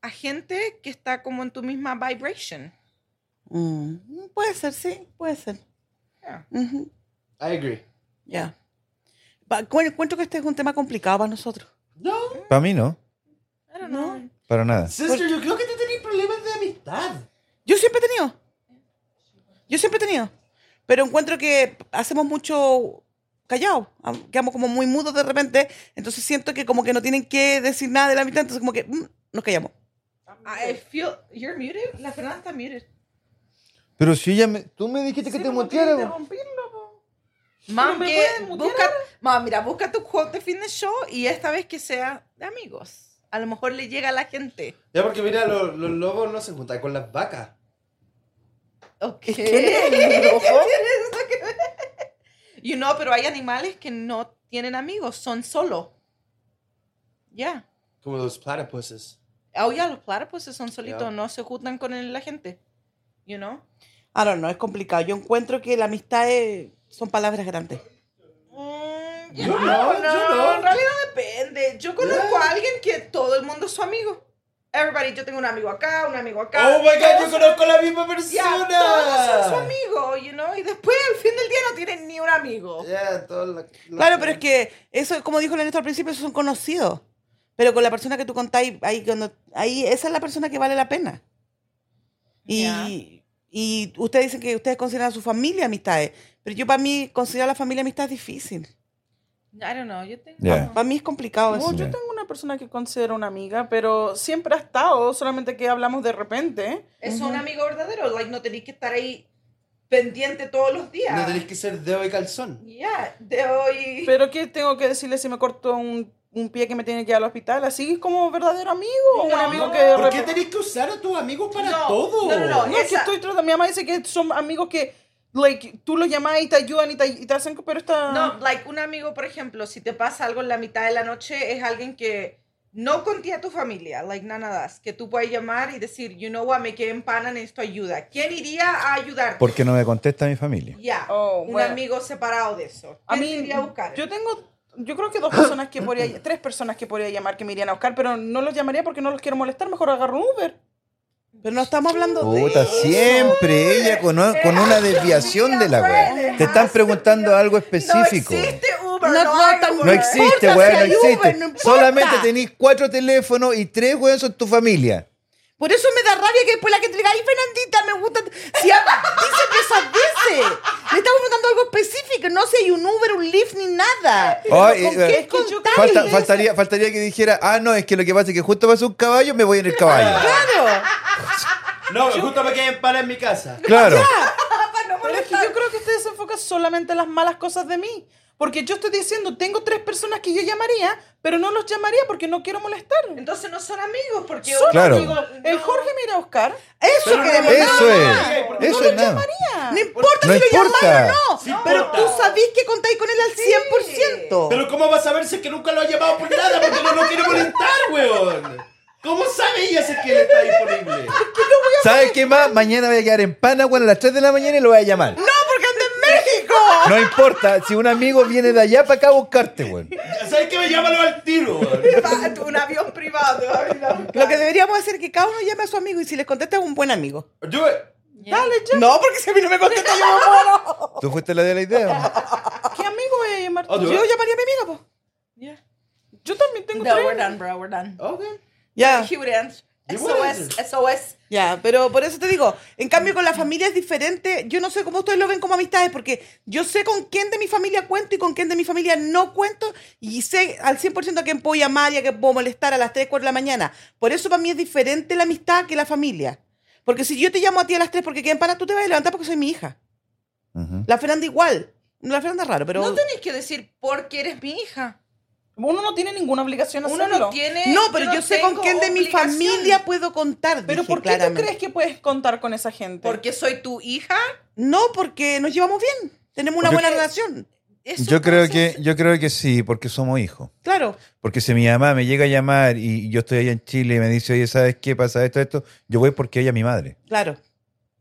S1: a gente que está como en tu misma vibration.
S3: Mm, Puede ser, sí, puede ser.
S1: Yeah.
S3: Ujú.
S2: I agree.
S3: Ya. Va, cu- Encuentro que este es un tema complicado para nosotros.
S2: No.
S4: Para mí no,
S1: I don't know.
S4: para nada.
S2: Sister, yo creo que tú tenés problemas de amistad.
S3: Yo siempre he tenido. Yo siempre he tenido. Pero encuentro que hacemos mucho callado. Ah, Quedamos como muy mudos de repente. Entonces siento que como que no tienen que decir nada de la mitad. Entonces como que mm, nos callamos.
S1: I feel you're muted. La Fernanda está muted.
S4: Pero si ella me, tú me dijiste que
S5: Sí,
S4: te
S5: pues, no
S4: muteara.
S5: quiero
S4: bo.
S5: interrumpirlo, po.
S1: Mam,
S5: ¿Me
S1: que
S5: pueden mutear
S1: busca, mam, mira, busca tu quote de fin de show y esta vez que sea de amigos. A lo mejor le llega a la gente.
S2: Ya, porque mira, los, los lobos no se juntan con las vacas.
S1: Ok.
S3: ¿Qué?
S1: You know, pero hay animales que no tienen amigos, son solo. Ya.
S2: Como los platypuses.
S1: Oh, ya, los platypuses son solitos,
S2: Yeah.
S1: no se juntan con el- la gente. You know?
S3: I don't know, es complicado. Yo encuentro que la amistad es- son palabras grandes.
S1: Mm,
S2: Yo no, yo no.
S1: En realidad depende. Yo conozco a alguien que todo el mundo es su amigo. Everybody, yo tengo un amigo acá, un amigo acá.
S2: Oh my god, yo
S1: Todos-
S2: conozco a la misma
S1: Ya,
S2: persona.
S1: todos son su amigo, you know? Y después, al fin del día, no tienen ni un amigo.
S2: Ya, todos la- la-
S3: Claro, pero es que eso, como dijo la Néstor al principio, esos son conocidos. Pero con la persona que tú contáis, ahí, cuando- ahí esa es la persona que vale la pena. Y,
S1: Ya.
S3: y ustedes dicen que ustedes consideran a su familia amistades. Pero yo para mí considerar a la familia amistad difícil.
S1: I don't know, yo tengo...
S4: Ya.
S3: Para mí es
S2: Oh,
S3: complicado
S5: No,
S3: eso.
S5: yo
S4: Sí.
S5: tengo una persona que considero una amiga, pero siempre ha estado, solamente que hablamos de repente.
S1: Es un amigo verdadero, like, no tenéis que estar ahí pendiente todos los días.
S2: No tenés que ser dedo y calzón.
S1: Ya, de hoy.
S5: Pero ¿qué tengo que decirle si me corto un, un pie que me tiene que ir al hospital? ¿Así es como verdadero amigo o un
S1: No.
S5: amigo que de
S2: ¿Por qué
S5: repente-
S2: tenés que usar a tus amigos para
S1: No,
S2: todo?
S1: no, no, no.
S5: No, es que
S1: Esa-
S5: estoy tratando. Mi mamá dice que son amigos que, like, tú los llamás y te ayudan y te, y te hacen, pero está.
S1: No, like un amigo, por ejemplo, si te pasa algo en la mitad de la noche, es alguien que no conté a tu familia, like nada más, que tú puedes llamar y decir, you know what, me quedé en pana, necesito ayuda. ¿Quién iría a ayudarte?
S4: Porque no me contesta mi familia.
S1: Ya,
S5: Oh,
S1: un
S5: bueno.
S1: amigo separado de eso.
S5: a
S1: ¿Quién
S5: mí,
S1: te iría a buscar?
S5: yo tengo, yo creo que dos personas que podría, tres personas que podría llamar que me irían a buscar, pero no los llamaría porque no los quiero molestar, mejor agarro un Uber.
S3: Pero no estamos hablando de
S4: Puta,
S3: eso.
S4: siempre ella con, o- con una desviación de la wea. Te están preguntando algo específico.
S1: No existe Uber,
S3: No,
S1: no,
S3: no,
S1: hay
S3: tan-
S1: Uber.
S4: No existe,
S3: importa si
S4: weón, no
S3: hay Uber,
S4: existe.
S3: no importa.
S4: Solamente tenéis cuatro teléfonos y tres weón son tu familia.
S3: Por eso me da rabia que después la gente diga, ay, Fernandita, me gusta. Si ha- dicen esas veces. Le estamos preguntando algo específico. No si hay un Uber, un Lyft, ni nada.
S4: Ay,
S3: ¿Con
S4: eh,
S3: qué
S4: es
S5: que yo
S3: contáis?
S4: Falta- faltaría, faltaría que dijera, ah, no, es que lo que pasa es que justo pasó un caballo, me voy en el caballo.
S3: Claro.
S2: No, justo me quedé en pana en mi casa.
S4: Claro.
S5: Pero es que yo creo que ustedes se enfocan solamente en las malas cosas de mí. Porque yo estoy diciendo, tengo tres personas que yo llamaría, pero no los llamaría porque no quiero molestar.
S1: Entonces no son amigos, porque
S5: Son
S4: Claro.
S5: amigos. El Jorge me irá a buscar.
S3: Eso
S2: Pero no,
S3: queremos.
S2: no,
S3: nada
S4: Eso es.
S3: más.
S4: Eso es nada.
S3: No importa
S4: No
S3: si lo
S4: importa.
S3: llamáis o no.
S2: Sí
S3: pero
S2: importa.
S3: tú sabís que contáis con él al 100%.
S2: Pero ¿cómo vas a ver si es que nunca lo ha llamado por nada? Porque no lo quiere molestar, weón. ¿Cómo sabe ella si es que él está disponible?
S4: ¿Sabes qué más? Mañana voy a quedar en Panamá a las 3 de la mañana y lo voy a llamar.
S3: No, porque anda en México.
S4: No importa si un amigo viene de allá para acá a buscarte, weón.
S2: ¿Sabes que me llámalo al tiro, weón?
S1: Va, un avión privado. te va a venir a buscar.
S3: Lo que deberíamos hacer es que cada uno llame a su amigo y si les contesta es un buen amigo.
S2: Do it.
S5: Dale, ya.
S3: No, porque si a mí no me contesta yo me muero.
S4: Tú fuiste la de la idea.
S5: ¿Qué amigo voy a llamar?
S2: Oh,
S5: Yo
S2: Dios.
S5: llamaría a mi amiga, po.
S1: Yeah.
S5: Yo también tengo
S1: No,
S5: tres.
S1: we're done, bro, we're done.
S2: Okay.
S3: Ya,
S1: Hugh Grant,
S2: You
S1: SOS,
S2: wouldn't.
S1: SOS.
S3: ya, pero por eso te digo, en cambio con la familia es diferente. Yo no sé cómo ustedes lo ven como amistades, porque yo sé con quién de mi familia cuento y con quién de mi familia no cuento, y sé al 100% a quién puedo llamar y a quién puedo molestar a las 3, 4 de la mañana. Por eso para mí es diferente la amistad que la familia. Porque si yo te llamo a ti a las 3 porque quedan para, tú te vas a levantar porque soy mi hija.
S4: Ujú.
S3: La Fernanda igual. La Fernanda es raro, pero...
S1: No tenéis que decir porque eres mi hija.
S5: Uno no tiene ninguna obligación a
S1: Uno
S5: hacerlo.
S1: no tiene.
S3: No, pero yo, sé con
S1: tengo
S3: quién de mi
S1: obligación.
S3: familia puedo contar.
S5: Pero
S3: dije
S5: ¿por qué
S3: claramente.
S5: tú crees que puedes contar con esa gente?
S1: Porque soy tu hija.
S3: No, porque nos llevamos bien. Tenemos una
S4: Yo-
S3: buena relación.
S1: Eso
S4: Yo creo
S1: pasa.
S4: que, yo creo que sí, porque somos hijos.
S3: Claro.
S4: Porque si mi mamá me llega a llamar y yo estoy allá en Chile y me dice, oye, ¿sabes qué pasa esto, esto? Yo voy porque ella es mi madre.
S3: Claro.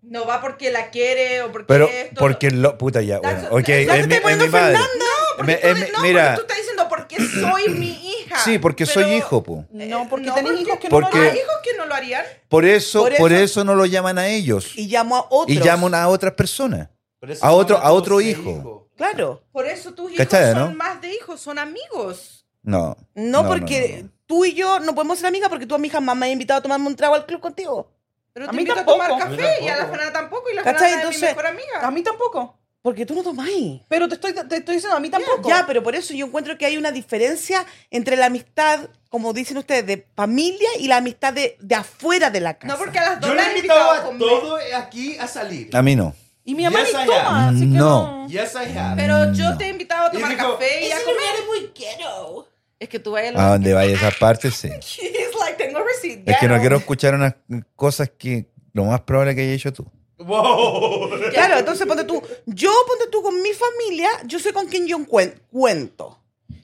S1: No va porque la quiere o porque.
S4: Pero
S1: esto,
S4: porque lo... Puta ya,
S1: That's-
S4: bueno. Ok,
S1: that's-
S4: es mi,
S3: estoy
S4: es mi
S3: poniendo
S4: madre.
S3: Fernanda.
S1: No, porque
S4: Me-
S1: tú,
S4: em-
S1: no, porque
S4: mira.
S1: tú estás diciendo porque soy mi hija.
S4: Sí, porque
S1: Pero-
S4: soy hijo, po.
S5: No, porque
S1: eh, no,
S5: tenés
S1: porque-
S5: hijos que no
S4: porque-
S5: lo
S1: Hay
S5: harían.
S1: hijos que no lo harían.
S4: Por eso,
S3: Por
S4: por
S3: eso-
S4: eso, no lo llaman a ellos.
S3: Y llamo a otros.
S4: Y llaman a otras personas.
S2: Por eso
S4: A
S2: se
S4: otro-
S2: llama
S4: a otro
S2: como ser
S4: hijo.
S3: Claro.
S1: Por eso tus hijos
S4: ¿Cachai,
S1: son
S4: no?
S1: más de hijos, son amigos.
S4: No.
S3: No,
S4: no,
S3: porque
S4: no.
S3: tú y yo no podemos ser amigas porque tú a mi jamás me has invitado a tomarme un trago al club contigo.
S1: Pero
S5: A
S1: te
S5: mí
S1: invito
S5: tampoco.
S1: a tomar
S2: A mí
S1: café y a la
S2: tampoco.
S1: Fernanda tampoco y la
S3: ¿Cachai?
S1: Fernanda es mi
S3: Entonces-
S1: mejor amiga.
S5: A mí tampoco.
S3: Porque tú no tomáis.
S5: Pero te estoy, te estoy diciendo, a mí tampoco.
S3: Ya, pero por eso yo encuentro que hay una diferencia entre la amistad, como dicen ustedes, de familia y la amistad de, de afuera de la casa.
S1: No porque a las dos
S2: Yo le
S1: las
S2: he
S1: he
S2: invitado
S1: a
S2: a
S1: comer.
S2: todo aquí a salir.
S4: A mí no.
S5: y mi mamá
S2: Yes, I
S5: ni toma,
S4: am.
S5: así que
S4: No.
S5: no.
S2: Yes, I have.
S1: Pero yo
S4: No.
S1: te he invitado a
S2: Y
S1: tomar
S2: digo,
S1: café y a
S2: "Ese
S1: comer. es muy quiero. Es que tú vayas a
S4: A donde vaya esa parte, sí.
S1: Es like, tengo receipt.
S4: Es que no
S1: Claro.
S4: quiero escuchar unas cosas que lo más probable que haya hecho tú.
S2: Wow.
S3: Claro, entonces ponte tú, yo ponte tú con mi familia, yo sé con quién yo encuen- cuento.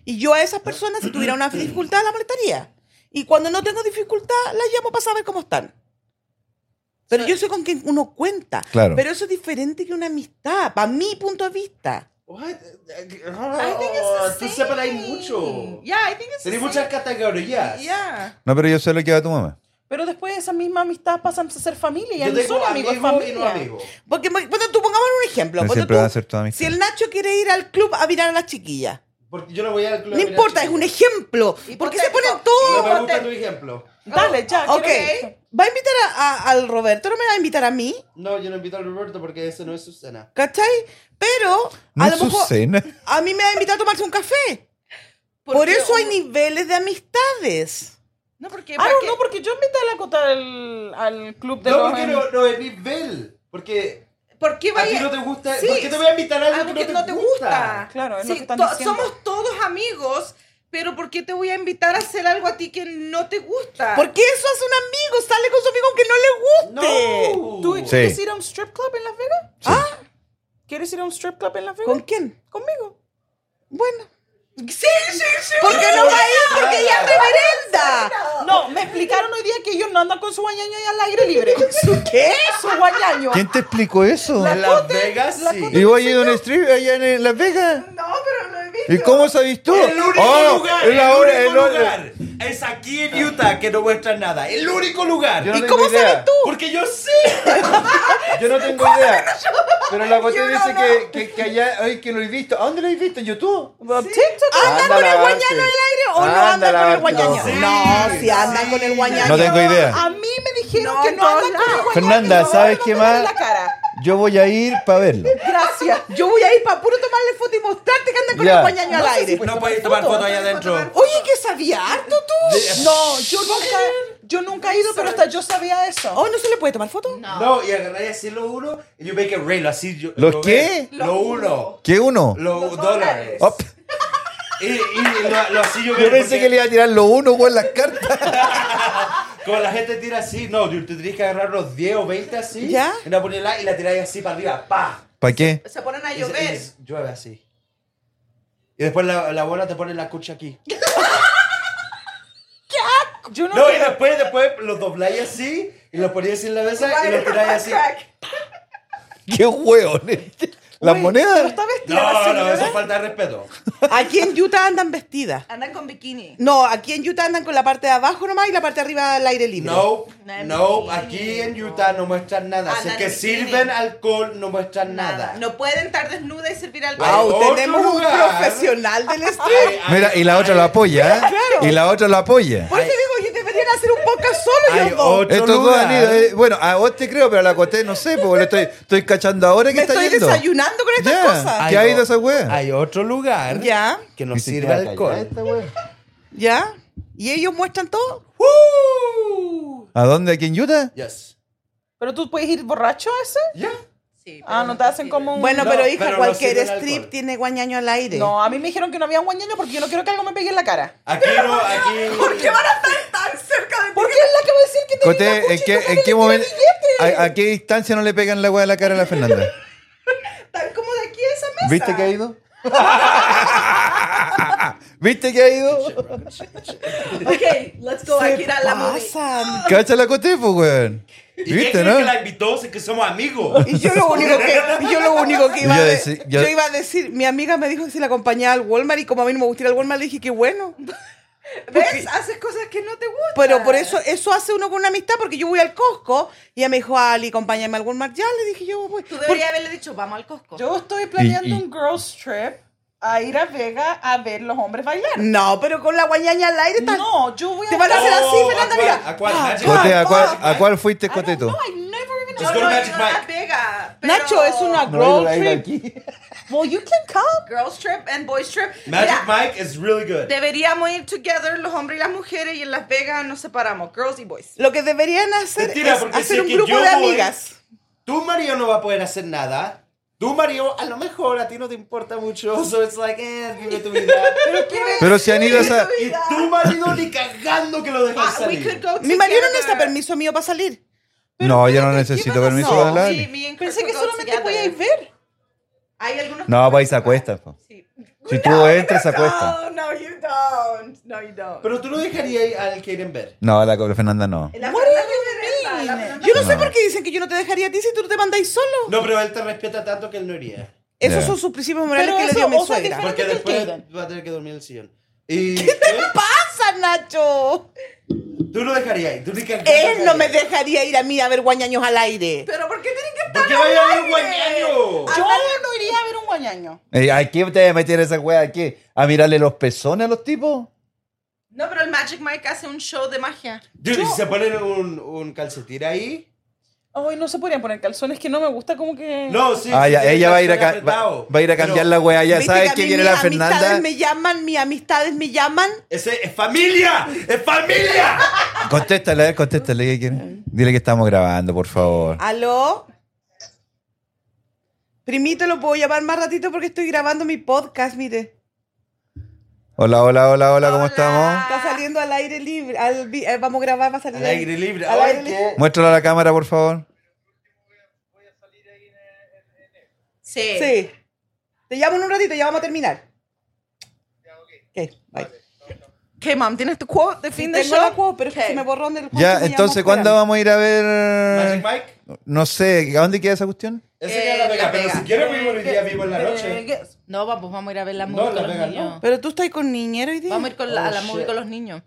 S3: Y yo a esas personas, si tuviera una dificultad, la molestaría. Y cuando no tengo dificultad, la llamo para saber cómo están. Pero yo sé con quién uno cuenta.
S4: Claro.
S3: Pero eso es diferente que una amistad, para mi punto de vista.
S2: What?
S1: I think
S2: Oh,
S1: it's the same.
S2: tú separáis mucho.
S1: Yeah, I think it's the same.
S2: Tenéis muchas categorías.
S1: Yeah.
S4: No, pero yo sé lo que va a tu mamá.
S5: Pero después esa misma amistad pasan a ser familia y ya
S2: Yo
S5: no son
S2: tengo
S5: amigos,
S2: amigos
S5: es
S2: y no
S5: familia.
S2: amigos.
S3: Porque, bueno, tú pongamos un ejemplo.
S4: No
S3: ponte
S4: siempre
S3: tú,
S4: van a ser tu amistad.
S3: si el Nacho quiere ir al club a mirar a las chiquillas,
S2: Porque yo no voy al club.
S3: no
S2: a mirar
S3: importa, es
S2: chicos.
S3: un ejemplo. Porque se ponen
S1: Hipotético.
S2: No
S3: todos
S2: me gusta
S1: Hipotético.
S2: tu ejemplo.
S5: Dale, ya,
S3: Ok,
S5: quiero-
S3: va a invitar a- a- al Roberto, no me va a invitar a mí,
S2: No, yo no invito al Roberto porque ese no es Susana.
S3: ¿cachai? Pero
S4: No
S3: a
S4: es
S3: lo
S4: su
S3: mejor
S4: cena.
S3: a mí me va a invitar a tomarse un café. Por
S1: Porque
S3: eso hay
S1: un-
S3: niveles de amistades.
S1: No, porque...
S5: Ah,
S1: ¿para
S5: no,
S1: qué?
S5: no, porque yo invité a la cota al, al club de
S2: No,
S5: los...
S2: porque no, no es nivel. Porque
S1: ¿Por qué
S2: a ti
S1: vaya?
S2: no te gusta.
S1: Sí,
S2: ¿Por qué te voy a invitar a algo,
S1: algo que
S2: te
S1: no te gusta.
S5: Claro, es lo
S1: Sí,
S5: que están
S1: to-
S5: diciendo.
S1: somos todos amigos, pero ¿por qué te voy a invitar a hacer algo a ti que no te gusta?
S3: Porque eso hace un amigo, sale con su amigo aunque no le guste.
S2: No.
S5: ¿Tú
S4: Sí.
S5: quieres ir a un strip club en Las Vegas? Ah.
S4: Sí.
S5: ¿Quieres ir a un strip club en Las Vegas?
S3: ¿Con quién?
S5: Conmigo.
S3: Bueno.
S1: Sí, sí, sí.
S3: ¿Por qué no va a ir? Porque ella es reverenda.
S5: No, me explicaron hoy día que ellos no andan con su guañaño ahí al aire libre.
S3: ¿Su qué?
S5: su guañaño.
S4: ¿Quién te explicó eso?
S2: En Las Vegas
S5: la
S2: sí.
S4: ¿Y vos has ido a un strip allá en eh, Las Vegas?
S1: No, pero lo he visto.
S4: ¿Y cómo sabes tú?
S2: El único
S4: Oh,
S2: lugar,
S4: es
S2: el,
S4: la hora,
S2: único
S4: el hora.
S2: lugar es aquí en Utah que no muestran nada. El único lugar.
S4: Yo no
S3: ¿Y
S4: tengo
S3: cómo
S4: idea.
S3: sabes tú?
S2: Porque yo sé.
S4: Yo no tengo idea. Pero la cuestión
S1: Yo
S4: dice
S1: no,
S4: que, que, que allá, ay, que lo he visto. ¿A dónde lo he visto? ¿En YouTube?
S5: TikTok.
S3: ¿Andan con
S4: Anda a
S3: el
S4: lavarte.
S3: guañano en el aire o no
S4: Anda
S3: andan
S4: a
S3: con el
S4: lavarte.
S3: guañaño?
S2: Sí.
S3: No, si andan con el guañaño.
S4: No tengo idea.
S5: A mí me dijeron
S1: No,
S5: que
S1: en
S5: no
S1: todos
S5: andan con el
S1: lados.
S5: guañaño.
S4: Ah. Fernanda,
S5: que no
S4: ¿sabes
S5: andan
S4: qué
S5: con
S4: más?
S5: la cara.
S4: Yo voy a ir para verlo.
S5: Gracias.
S3: Yo voy a ir para puro tomarle foto y mostrarte que andan con
S4: Ya.
S3: el guañaño al aire.
S2: No puedes tomar fotos allá adentro.
S3: Oye, que sabía harto tú.
S5: No, yo nunca, yo nunca he ido, pero hasta yo sabía eso.
S3: Oh, ¿no se le puede tomar foto?
S2: No, y agarráis así lo uno y you make it real. Así yo.
S4: ¿Lo
S2: lo
S4: qué?
S2: ves, Lo uno.
S4: ¿Qué uno?
S2: Lo
S1: Los
S2: dólares.
S4: Op.
S2: Y, y lo, lo así yo veo,
S4: Yo pensé
S2: porque
S4: que le iba a tirar lo uno con las cartas.
S2: Como la gente tira así, no, tú tienes que agarrar los 10 o 20 así.
S3: ¿Ya?
S2: Y la ponerla y la tiráis así para arriba. ¡Pah!
S4: ¿Para qué?
S1: Se ponen a
S2: Y se-
S1: llover.
S2: y se- llueve así. Y después la, la bola te pone la cucha aquí.
S5: Yo no,
S2: No,
S4: eh.
S2: y después, después los dobláis así y los ponías en la mesa y los tiráis así.
S4: ¿Qué eh. hueones? ¿Las
S5: Uy,
S4: monedas?
S5: Pero está vestida la
S2: No, no,
S5: señora.
S2: eso es falta de respeto.
S3: Aquí en Utah andan vestidas.
S1: Andan con bikini.
S3: No, aquí en Utah andan con la parte de abajo nomás y la parte de arriba al aire libre.
S2: No,
S1: No,
S2: no,
S1: no,
S2: aquí en
S1: no.
S2: Utah no muestran nada. Si es
S1: Andan
S2: que
S1: en bikini.
S2: sirven alcohol, no muestran nada.
S1: No pueden estar desnuda y servir al
S2: Au.
S3: Wow,
S2: Otro
S3: tenemos un
S2: lugar.
S3: profesional del strip.
S4: Mira, y la otra lo apoya, ¿eh? Y la otra lo apoya.
S3: Por eso digo, yo deberían hacer un podcast solo
S2: Hay
S3: ellos dos.
S2: otro
S4: Estos dos han
S2: lugar.
S4: ido. eh, bueno, a vos te creo, pero a la Coté no sé, porque lo estoy, estoy cachando ahora que
S3: Me
S4: está
S3: estoy
S4: yendo.
S3: desayunando con estas
S4: Ya.
S3: cosas.
S4: Ay. ¿Qué ha ido esa wea?
S2: Hay otro lugar
S3: Ya,
S2: que no
S4: Ni
S2: sirve
S4: siquiera ¿eh? callada
S2: alcohol.
S4: esta wea.
S3: ya. ¿Y ellos muestran todo?
S2: ¡Woo!
S4: ¿A dónde? ¿Aquí en Utah?
S2: Yes.
S5: Pero tú puedes ir borracho a ese.
S2: Ya.
S1: Sí, pero
S5: Ah, no te hacen como
S1: Mm.
S5: un.
S3: Bueno,
S2: No,
S3: pero hija,
S2: pero no
S3: cualquier
S2: sirven
S3: strip
S2: alcohol.
S3: tiene guañaño al aire.
S5: No, a mí me dijeron que no había un guañaño porque yo no quiero que algo me pegue en la cara.
S2: Aquí no, aquí.
S1: ¿Por qué van a estar tan cerca de ti?
S5: Porque es la que va a decir que te viene
S4: Coté,
S5: la
S4: ¿en
S5: cuchita
S4: qué,
S5: que
S4: en
S5: le
S4: qué
S5: tira
S4: momento?
S5: billete?
S4: ¿A, a qué distancia no le pegan la wea de la cara a la Fernanda?
S1: Tan como de aquí a esa mesa.
S4: ¿Viste que ha ido? ¿Viste que ha ido?
S1: Ok, let's go. Hay que ir a la movie.
S3: pasan.
S4: Cacha la Coté, pues, weón.
S2: ¿Y qué
S4: ¿Viste,
S2: crees
S4: no?
S2: que la invitó? Si que somos amigos.
S3: Y yo lo único que, y yo lo único que iba,
S4: Yo
S3: a de-
S4: decí- yo-
S3: yo iba a decir, mi amiga me dijo que si la acompañaba al Walmart y como a mí no me gustaría el Walmart, le dije que bueno.
S1: ¿Ves? Haces cosas que no te gustan.
S3: Pero por eso, eso hace uno con una amistad, porque yo voy al Costco y ella me dijo, Ali, acompáñame a algún mar. Ya le dije, yo voy.
S1: Tú
S3: Porque-
S1: deberías haberle dicho, vamos al Costco.
S5: Yo estoy planeando
S4: Y- y-
S5: un girls trip a ir a Vega a ver los hombres bailar.
S3: No, pero con la guañaña al aire tal.
S5: No, yo voy a.
S3: Te van a hacer así,
S2: Oh, ¿a
S3: Fernanda,
S2: cuál-
S3: mira.
S2: a cuál?
S3: Ah,
S2: Magic
S3: ah,
S4: Cote, ¿a, cuál,
S3: ah.
S4: ¿A cuál fuiste,
S5: I don't
S4: Coteto?
S5: know, I never even
S1: no,
S2: Just go
S1: no,
S2: to
S1: yo
S2: Magic
S1: no la
S2: Mike.
S1: pega, pero-
S5: Nacho, es una girl trip. Well, you can come.
S1: Girls trip and boys trip.
S2: Magic
S1: Mira,
S2: Mike is really good.
S1: Deberíamos ir together los hombres y las mujeres y en Las Vegas nos separamos, girls y boys.
S3: Lo que deberían hacer
S2: Mentira,
S3: es
S2: porque
S3: hacer
S2: si es
S3: un
S2: que
S3: grupo
S2: yo
S3: de
S2: voy-
S3: amigas.
S2: Tu marido no va a poder hacer nada. Tu marido, a lo mejor a ti no te importa mucho. So it's like, eh, vive tu vida. Pero qué
S4: Pero si han ido a esa...
S2: Y tu marido ni cagando que lo dejas
S1: Ah, we
S2: salir.
S1: could go
S3: Mi marido no
S1: together.
S3: necesita permiso mío para salir.
S4: No, yo no
S3: espérate, ¿qué
S4: necesito
S3: pasó?
S4: permiso
S3: No,
S4: para hablar.
S1: Sí, me and
S5: Pensé
S1: Kurt
S5: que
S1: go
S5: solamente
S1: together.
S5: voy a ir ver.
S1: Hay algunos
S4: No,
S1: que-
S4: vais a cuestas, po.
S1: Sí.
S4: Si tú
S1: No,
S4: entras,
S1: no,
S4: a cuestas.
S1: No, no, you don't. No, you don't.
S2: Pero tú no dejarías al que en ver.
S4: No, la co- Fernanda no.
S1: La
S5: What
S1: Fernanda
S5: do you
S1: regresa,
S5: mean?
S1: la Fernanda-
S3: Yo no, sé
S4: No.
S3: por qué dicen que yo no te dejaría a ti si tú te mandáis solo.
S2: No, pero él te respeta tanto que él no iría.
S3: Esos
S4: Ya.
S3: son sus principios morales
S5: Pero
S3: que le
S5: eso,
S3: dio mi
S5: o sea,
S3: suegra.
S5: que-
S2: Porque
S5: que
S2: después
S5: Kaden.
S2: va a tener que dormir en el sillón. ¿Y tú
S3: pasa, Nacho?
S2: no dejarías? ¿Tú ni cagando
S3: Él no me
S2: dejarías.
S3: dejaría ir a mí a ver guañaños al aire.
S1: Pero ¿por qué tienen que estar
S2: ¿Por qué vaya a ver guañaño?
S5: Yo no iría a ver un guañaño.
S4: Eh, ¿A qué te vas a meter esa wea? ¿A qué? ¿A mirarle los pezones a los tipos?
S1: No, pero el Magic Mike hace un show de magia.
S2: Dude, si se ponen un, un calcetín ahí.
S5: Ay, no se podrían poner calzones que no me gusta como que.
S2: No, sí.
S4: Ah,
S2: sí,
S4: ya,
S2: tiene
S4: ella va a ir a,
S2: calzón
S4: ca- va,
S2: apretado.
S4: va a ir a cambiar la wea. Ya
S3: Viste
S4: sabes
S3: a
S4: que
S3: mí
S4: viene
S3: mis
S4: la
S3: amistades
S4: Fernanda.
S3: me llaman, mis amistades me llaman.
S2: Pero Ese es familia. ¡Es familia!
S4: Contéstale, a ver, contéstale. ¿qué quiere? Dile que estamos grabando, por favor.
S3: ¿Aló? Primito, lo puedo llamar más ratito porque estoy grabando mi podcast, mire.
S4: Hola, hola, hola, hola, ¿cómo
S1: Hola.
S4: estamos?
S1: Ah.
S3: Está saliendo al aire libre. al vi- eh, vamos a grabar, va a salir.
S2: Al aire libre.
S3: Al
S2: Ay,
S3: aire
S2: qué-
S3: libre.
S4: Muéstralo a la cámara, por favor.
S1: Sí.
S3: Sí. Te llamo en un ratito, ya vamos a terminar. Ok, bye.
S1: ¿Qué, mam? ¿Tienes tu quote de fin
S3: Sí,
S1: de
S3: tengo
S1: show?
S3: la quote, pero es que
S1: Ok.
S3: se me borró del quote que
S4: Ya,
S3: me
S4: entonces,
S3: llamó,
S4: ¿cuándo
S3: espérame.
S4: vamos a ir a
S2: Magic
S4: ver?
S2: Mike.
S4: No sé, ¿a dónde queda esa cuestión?
S2: Ese
S1: Eh,
S2: día en la
S1: La
S2: vega. Pero
S1: Vega.
S2: si quieres vivir hoy día, vivo en la noche.
S5: Vegas.
S1: No, vamos, vamos a ir a ver la
S2: No,
S1: movie
S2: la
S1: con los
S2: Vega no.
S1: niños.
S3: Pero tú estás con niñero hoy día.
S1: Vamos a ir con la-
S2: Oh,
S1: a la movie
S2: shit.
S1: con los niños.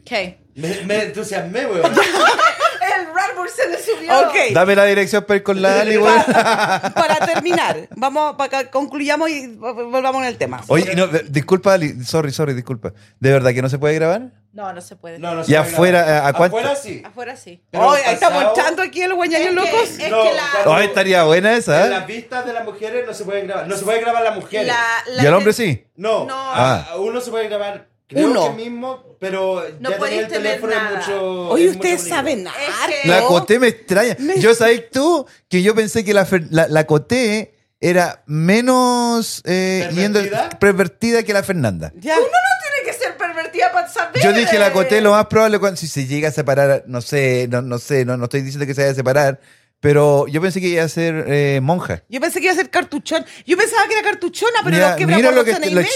S1: Ok.
S2: Me, me entusiasmé, weón.
S1: El Radburn se le subió.
S3: Ok.
S4: Dame la dirección para ir con la Ali, weón.
S3: para, para terminar, vamos para que concluyamos y vol- volvamos al tema.
S4: Oye, no, eh, disculpa, Ali, sorry, sorry, disculpa. ¿De verdad que no se puede grabar.
S1: No, no se puede.
S2: No, no
S4: Y
S2: se puede
S4: afuera,
S2: grabar.
S4: ¿a- a cuánto?
S2: Afuera sí.
S1: Afuera sí.
S2: Pero
S3: Hoy
S2: el
S3: estamos
S2: pasado-
S3: echando aquí a los
S1: Es
S3: guañaños
S1: que-
S3: locos.
S1: es
S2: No,
S1: que la...
S2: claro.
S4: Ay, estaría buena
S2: En
S4: esa.
S2: las
S4: ¿eh?
S2: vistas de las mujeres no se puede grabar. No se puede grabar las mujeres.
S1: la- la
S4: Y al hombre
S1: gente-
S4: sí.
S2: No,
S1: No.
S2: a- a uno se puede grabar. Creo
S3: Uno.
S2: que mismo, pero
S1: No
S2: ya tenía
S1: podéis
S2: el
S1: tener
S2: teléfono es
S1: nada.
S2: mucho.
S3: Oye,
S2: es mucho
S3: ustedes
S2: peligro.
S3: saben
S1: Es que-
S3: harto.
S4: La Coté me extraña.
S3: Me-
S4: Yo sabes tú que yo pensé que la, Fer- la, la Coté era menos eh, yendo-
S2: ¿Pervertida?
S4: pervertida que la Fernanda.
S3: Ya.
S1: Uno no tiene que ser pervertida para saber.
S4: Yo dije la Coté lo más probable cuando, si se llega a separar, no sé, no, no sé, no, no estoy diciendo que se vaya a separar, pero yo pensé que iba a ser eh, monja.
S3: Yo pensé que iba a ser cartuchón. Yo pensaba que era cartuchona, pero
S4: Mira-
S3: los que
S4: mira lo que
S3: y
S4: lo-
S3: media.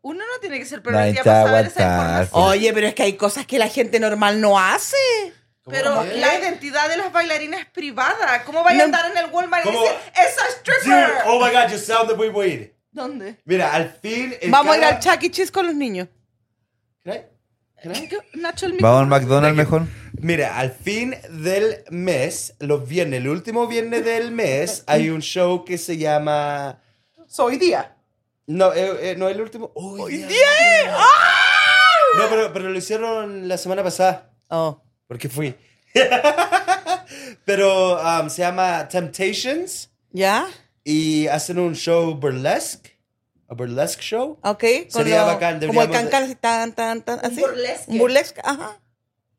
S1: Uno no tiene que ser
S4: Nadie
S1: pervertida
S4: te va a
S1: para saber esa
S4: aguantar.
S1: información.
S3: Oye, pero es que hay cosas que la gente normal no hace.
S2: ¿Cómo
S1: Pero
S2: que?
S1: la identidad de las bailarinas es privada. ¿Cómo vaya
S3: No.
S1: a andar en el Walmart y
S2: ¿Cómo?
S1: decir, esa stripper?
S2: Dude, oh my god, you sound the way we were.
S1: ¿Dónde?
S2: Mira, al fin. el
S3: Vamos a ir
S2: cara-
S3: al Chuck E. Cheese con los niños.
S2: Right?
S1: Nacho el
S4: Vamos al McDonald's mejor.
S2: Mira, al fin del mes, los viernes, el último viernes del mes, hay un show que se llama.
S5: Soy día.
S2: No, eh, eh, no el último. ¡Hoy día! ¡ah! No, pero, pero lo hicieron la semana pasada.
S3: Oh.
S2: Porque fui. Pero um, se llama Temptations
S3: ¿Ya?
S2: y hacen un show burlesque. A burlesque show.
S3: Ok.
S2: Sería bacán,
S3: Como el
S2: deberíamos
S3: cancal, así, tan, tan, tan, así.
S1: burlesque.
S3: Un burlesque, ajá.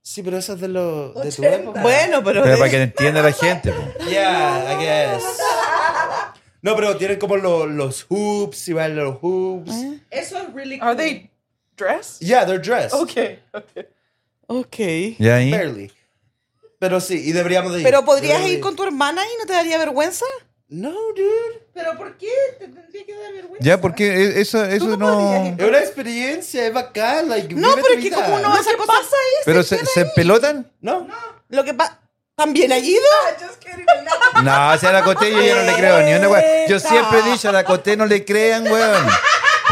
S2: Sí, pero eso es de, lo, de tu
S1: 80.
S2: época.
S3: Bueno, pero.
S4: Pero
S3: de-
S4: para que entienda la gente. po.
S2: Yeah, I guess. No, pero tienen como lo- los hoops y bailan los hoops.
S3: ¿Eh?
S1: Eso es really cool.
S5: Are they dressed?
S2: Yeah, they're dressed.
S5: Okay. okay.
S3: Ok.
S4: ¿Ya ahí?
S2: Barely. Pero sí, y deberíamos de ir.
S3: Pero podrías
S2: Deberíamos de
S3: ir con tu hermana y no te daría vergüenza.
S2: No, dude.
S1: ¿Pero por qué? Te tendría que dar vergüenza.
S4: Ya, porque e- eso, eso
S5: no podrías
S4: no...
S5: ir.
S2: Es una experiencia, es bacán. Like,
S3: No,
S2: vive
S3: pero
S2: tu
S3: es que
S2: vida.
S3: como uno hace cosas.
S4: ¿Pero se, se pelotan?
S2: No,
S3: Lo que pasa. ¿También ha ido?
S1: Just kidding, Nacho.
S4: No, o sea, a la Coté yo ya no le creo ni una weón. Yo siempre he dicho, a la Coté no le crean, weón.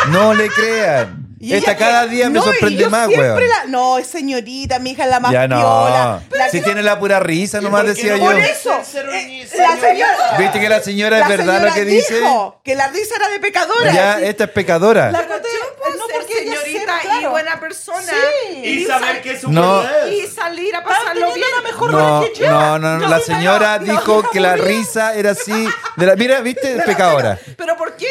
S4: No le crean.
S3: Y
S4: Esta
S3: ella-
S4: cada día me
S3: No, y
S4: sorprende
S3: yo
S4: más,
S3: siempre
S4: weón.
S3: la- No, es señorita, mi hija es la más
S4: Ya
S3: piola.
S4: no. Si tiene la pura risa, nomás decía yo.
S3: Por eso, eh, la señora-
S4: Viste que la señora es
S3: La
S4: verdad
S3: señora
S4: lo que
S3: dijo
S4: dice.
S3: que la risa era de pecadora.
S4: Ya, eh.
S3: Sí.
S4: esta es pecadora.
S5: La
S1: Pero
S5: Cote-
S1: yo puedo
S5: no,
S1: ser
S5: porque ella
S1: señorita
S5: sea, claro.
S1: y buena persona
S5: Sí.
S2: Y saber que es un
S4: No.
S1: y
S2: verdadero.
S1: salir a
S5: Estaba
S1: pasarlo
S5: teniendo
S1: bien.
S5: la mejor
S4: No,
S5: hora que yo.
S4: no, no, no, la
S5: mira,
S4: señora
S5: no,
S4: dijo
S5: hija,
S4: que la
S5: murió.
S4: risa era así. De la, mira, viste, es pecadora.
S1: Pero ¿por qué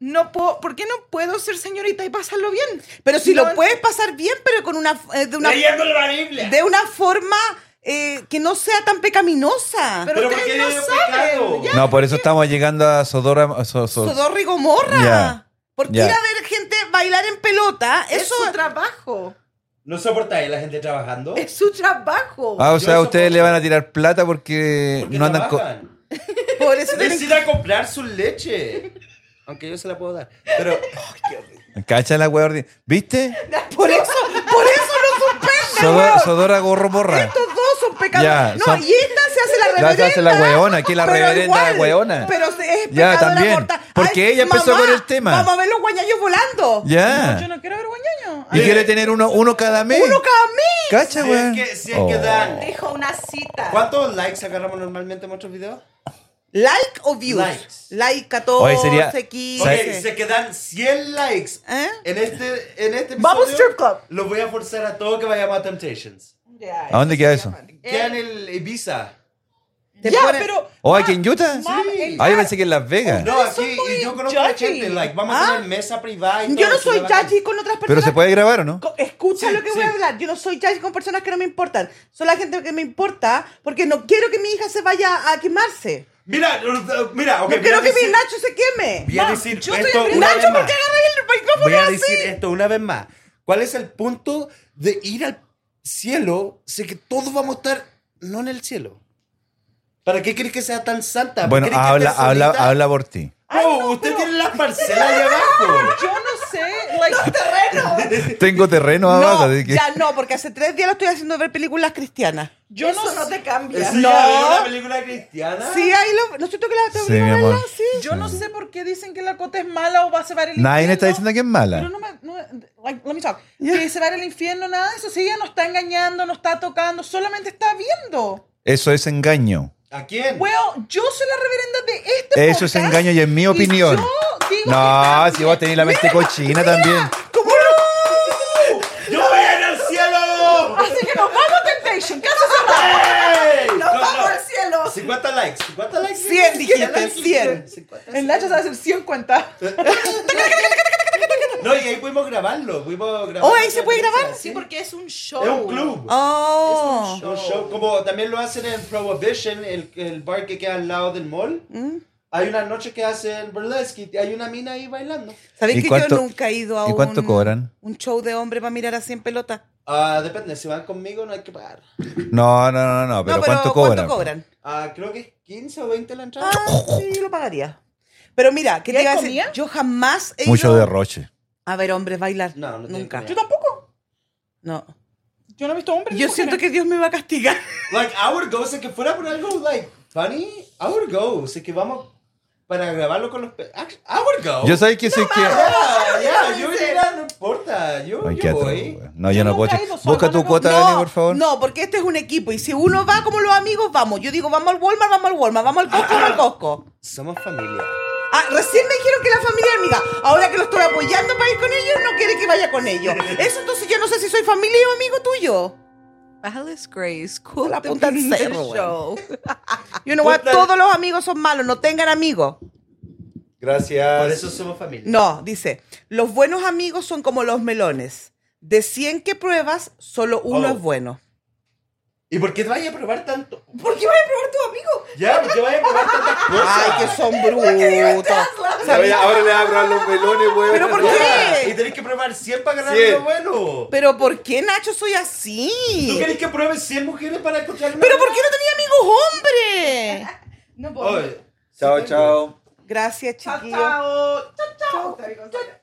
S1: no puedo, por qué no puedo ser señorita y pasarlo bien?
S3: Pero si
S1: No,
S3: lo puedes pasar bien, pero con una, eh, de, una
S2: Leyendo la Biblia.
S3: de una forma eh, que no sea tan pecaminosa.
S1: Pero,
S2: Pero ¿por qué
S1: ustedes no
S2: yo
S1: saben.
S2: pecado?
S1: ya.
S4: No, por eso estamos llegando a Sodora. so- so-
S3: Sodorra y Gomorra.
S4: Ya.
S3: Porque
S4: Ya.
S3: ir a ver gente bailar en pelota,
S1: Es
S3: eso...
S1: su trabajo.
S2: ¿No soportáis la gente trabajando?
S1: Es su trabajo.
S4: Ah, o
S2: Yo
S4: sea,
S2: eso
S4: ustedes
S2: por-
S4: le van a tirar plata porque,
S2: Porque
S4: Eh, no andan con.
S2: trabajan.
S3: por eso tienen-
S2: Decida comprar su leche. Aunque yo se la puedo dar. Pero.
S4: Cacha la wea ordi- ¿Viste?
S3: por eso, por eso no suspende,
S4: Sodora,
S3: weón.
S4: Sodora gorro borra.
S3: Estos dos son pecadores.
S4: Ya,
S3: no,
S4: son-
S3: y esta se hace la
S4: La
S3: reverenda.
S4: se hace la weona, que la
S3: pero
S4: reverenda
S3: igual,
S4: weona.
S3: Pero se- es
S4: Ya,
S3: pecadora
S4: también,
S3: mortal.
S4: porque ella empezó con el tema.
S3: Vamos a ver los guañayos volando.
S5: Yo
S4: Ya.
S5: no quiero ver guañaño.
S4: Y quiere tener uno, uno cada mes.
S3: Uno cada mes.
S4: Cacha,
S2: Si es
S4: weón. Oh.
S2: que, si es
S3: Oh.
S2: que dan.
S1: Dijo una cita.
S2: ¿Cuántos likes agarramos normalmente en nuestros videos?
S3: Like o views.
S2: Likes.
S3: Like 14,
S4: Oye, sería-
S3: 15.
S2: Ok,
S4: ¿Sabes?
S2: se quedan 100 likes.
S3: ¿Eh?
S2: En este, en este episodio.
S5: Vamos strip club.
S2: Los voy a forzar a todo que vayamos a Temptations.
S5: Ya,
S4: ¿A dónde queda eso?
S3: Eh.
S2: Queda en el Ibiza.
S3: Te
S5: Ya,
S3: ponen-
S5: pero.
S4: ¿O aquí en Utah?
S5: Mam, el-
S4: Ah, yo pensé que en Las Vegas.
S2: No,
S5: son
S2: aquí.
S5: muy
S2: Y yo conozco a la
S5: judgy.
S2: gente. Like, vamos
S3: Ah.
S2: a tener mesa privada. y
S3: Yo
S2: todo,
S3: no
S2: se
S3: soy
S2: la van a-
S3: yachi con otras personas.
S4: Pero se puede grabar, ¿o no?
S3: Co- Escucha
S2: Sí,
S3: lo que
S2: sí.
S3: voy a hablar. Yo no soy judge con personas que no me importan. Son la gente que me importa porque no quiero que mi hija se vaya a quemarse.
S2: Mira, uh, mira, ok.
S3: No
S2: voy
S3: quiero
S2: a
S3: que mi
S2: decir-
S3: Nacho se queme.
S2: Voy a
S5: Ma,
S2: decir
S5: yo estoy
S2: esto
S5: aprendiendo-
S2: una
S3: Nacho,
S2: vez
S3: ¿por
S2: más.
S3: qué agarras el micrófono
S2: Voy a
S3: así?
S2: decir esto una vez más. ¿Cuál es el punto de ir al cielo? Sé que todos vamos a estar no en el cielo. ¿Para qué crees que sea tan santa?
S4: Bueno,
S2: ¿Crees que
S4: habla,
S2: esté
S4: habla,
S2: solita?
S4: habla por ti.
S5: Ay,
S2: Bro,
S5: no,
S2: usted
S5: pero-
S2: tiene las parcelas allá abajo.
S5: Yo no sé. Like,
S4: Tengo terreno abajo.
S3: No,
S4: así que-
S3: ya no, porque hace tres días lo estoy haciendo ver películas cristianas.
S5: yo no,
S1: Eso no te cambia.
S2: ¿Eso
S3: No.
S2: ya es una película cristiana?
S3: Sí, ahí lo. No siento que la tengo
S4: Sí,
S3: que
S4: mi
S3: verla,
S4: amor.
S3: sí.
S5: Yo no sé por qué dicen que la cota es mala o va a se va a ir al infierno.
S4: Nadie le está diciendo que es
S5: Pero
S4: mala.
S5: no me, no me- like, let me talk. Que se va a ir al infierno, nada de eso. Si ella no está engañando, no está tocando, solamente está viendo.
S4: Eso es engaño.
S2: ¿A quién?
S5: Well, yo soy la reverenda de este
S4: Eso es
S5: podcast,
S4: engaño y es mi opinión.
S5: yo digo
S4: No,
S5: que
S4: si vos tenés la mente cochina también.
S3: ¿Cómo
S2: ¡Yo voy en el cielo!
S5: Así que nos vamos Temptation. Caso cerrado.
S2: ¡Ey!
S1: Nos
S2: No,
S1: vamos
S2: no.
S1: al cielo.
S2: 50 likes, 50 likes.
S3: 100 dijiste, 100.
S2: 50,
S5: El Nacho se va a hacer 50.
S2: No, y ahí pudimos grabarlo. Pudimos grabar
S3: Oh, ahí se puede grabar.
S1: Sí, porque es un show.
S2: Es un club.
S3: Oh.
S2: Un show, como también lo hacen en Prohibition, el, el bar que queda al lado del mall. Hay una noche que hacen burlesque y hay una mina ahí bailando.
S4: ¿Y
S3: ¿Sabéis que
S4: cuánto-
S3: yo nunca he ido a
S4: y cuánto
S3: un,
S4: cobran?
S3: un show de hombre para mirar así en pelota?
S2: Ah, depende, si van conmigo no hay que pagar.
S4: No, no, no, no. Pero
S3: no, pero
S4: ¿cuánto cobran?
S3: cobran?
S2: Ah, creo que es 15 o 20 la entrada.
S3: Ah, sí, yo lo pagaría. Pero mira, ¿qué
S5: ¿Y
S3: te
S5: hay
S3: iba a decir?
S5: comida?
S3: Yo jamás he
S4: Mucho
S3: ido
S4: derroche.
S3: a ver hombres bailar.
S2: No, no tiene
S3: Nunca.
S5: Yo
S2: comida.
S5: tampoco.
S3: No.
S5: Yo no he visto hombres. ni
S3: Yo siento
S5: mujeres.
S3: que Dios me va a castigar.
S2: Like, I would go, sé que fuera por algo, like, funny, I would go. Sé que vamos para grabarlo con los... pe- act- I would go.
S4: Yo sabéis que sé que.
S2: Ya, ya, yo iría, no importa. Yo,
S4: Ay, qué
S2: yo
S4: atroz,
S2: voy.
S4: weón. No, yo no
S5: nunca
S4: puedo.
S5: he ido sola,
S4: Busca
S5: no,
S4: tu
S5: no.
S4: cuota, Dani, por favor.
S3: No, porque este es un equipo. Y si uno va como los amigos, vamos. Yo digo, vamos al Walmart, vamos al Walmart, vamos al Costco, vamos al Costco.
S2: Somos familia.
S3: Ah, recién me dijeron que la familia es amiga. Ahora que lo estoy apoyando para ir con ellos, no quiere que vaya con ellos. Eso entonces yo no sé si soy familia o amigo tuyo.
S1: Alice Grace, cool.
S3: La punta del cerro, güey.
S1: show.
S3: Yo no voy a
S2: Puta.
S3: todos los amigos son malos, no tengan amigos.
S2: Por
S4: Gracias.
S2: eso somos familia.
S3: No, dice, los buenos amigos son como los melones. De 100 que pruebas, solo uno
S2: Oh.
S3: es bueno.
S2: ¿Y por qué vaya a probar tanto?
S1: ¿Por qué vas a probar tu amigo?
S2: Ya, ¿por qué vaya a probar tantas cosas?
S3: Ay, que son brutos.
S4: Ahora le abro a los melones, weón.
S3: Pero ¿por
S2: Ya,
S3: qué?
S2: Y tenés que probar 100 para ganar
S4: Cien.
S2: lo bueno.
S3: Pero ¿por qué Nacho soy así?
S2: ¿Tú querés que pruebes 100 mujeres para escuchar una?
S3: Pero ¿por qué no tenía amigos hombres?
S1: No puedo.
S2: Oye,
S4: Chao, chao.
S3: Gracias, chiquillos.
S1: Chao, chao. Chao, chao.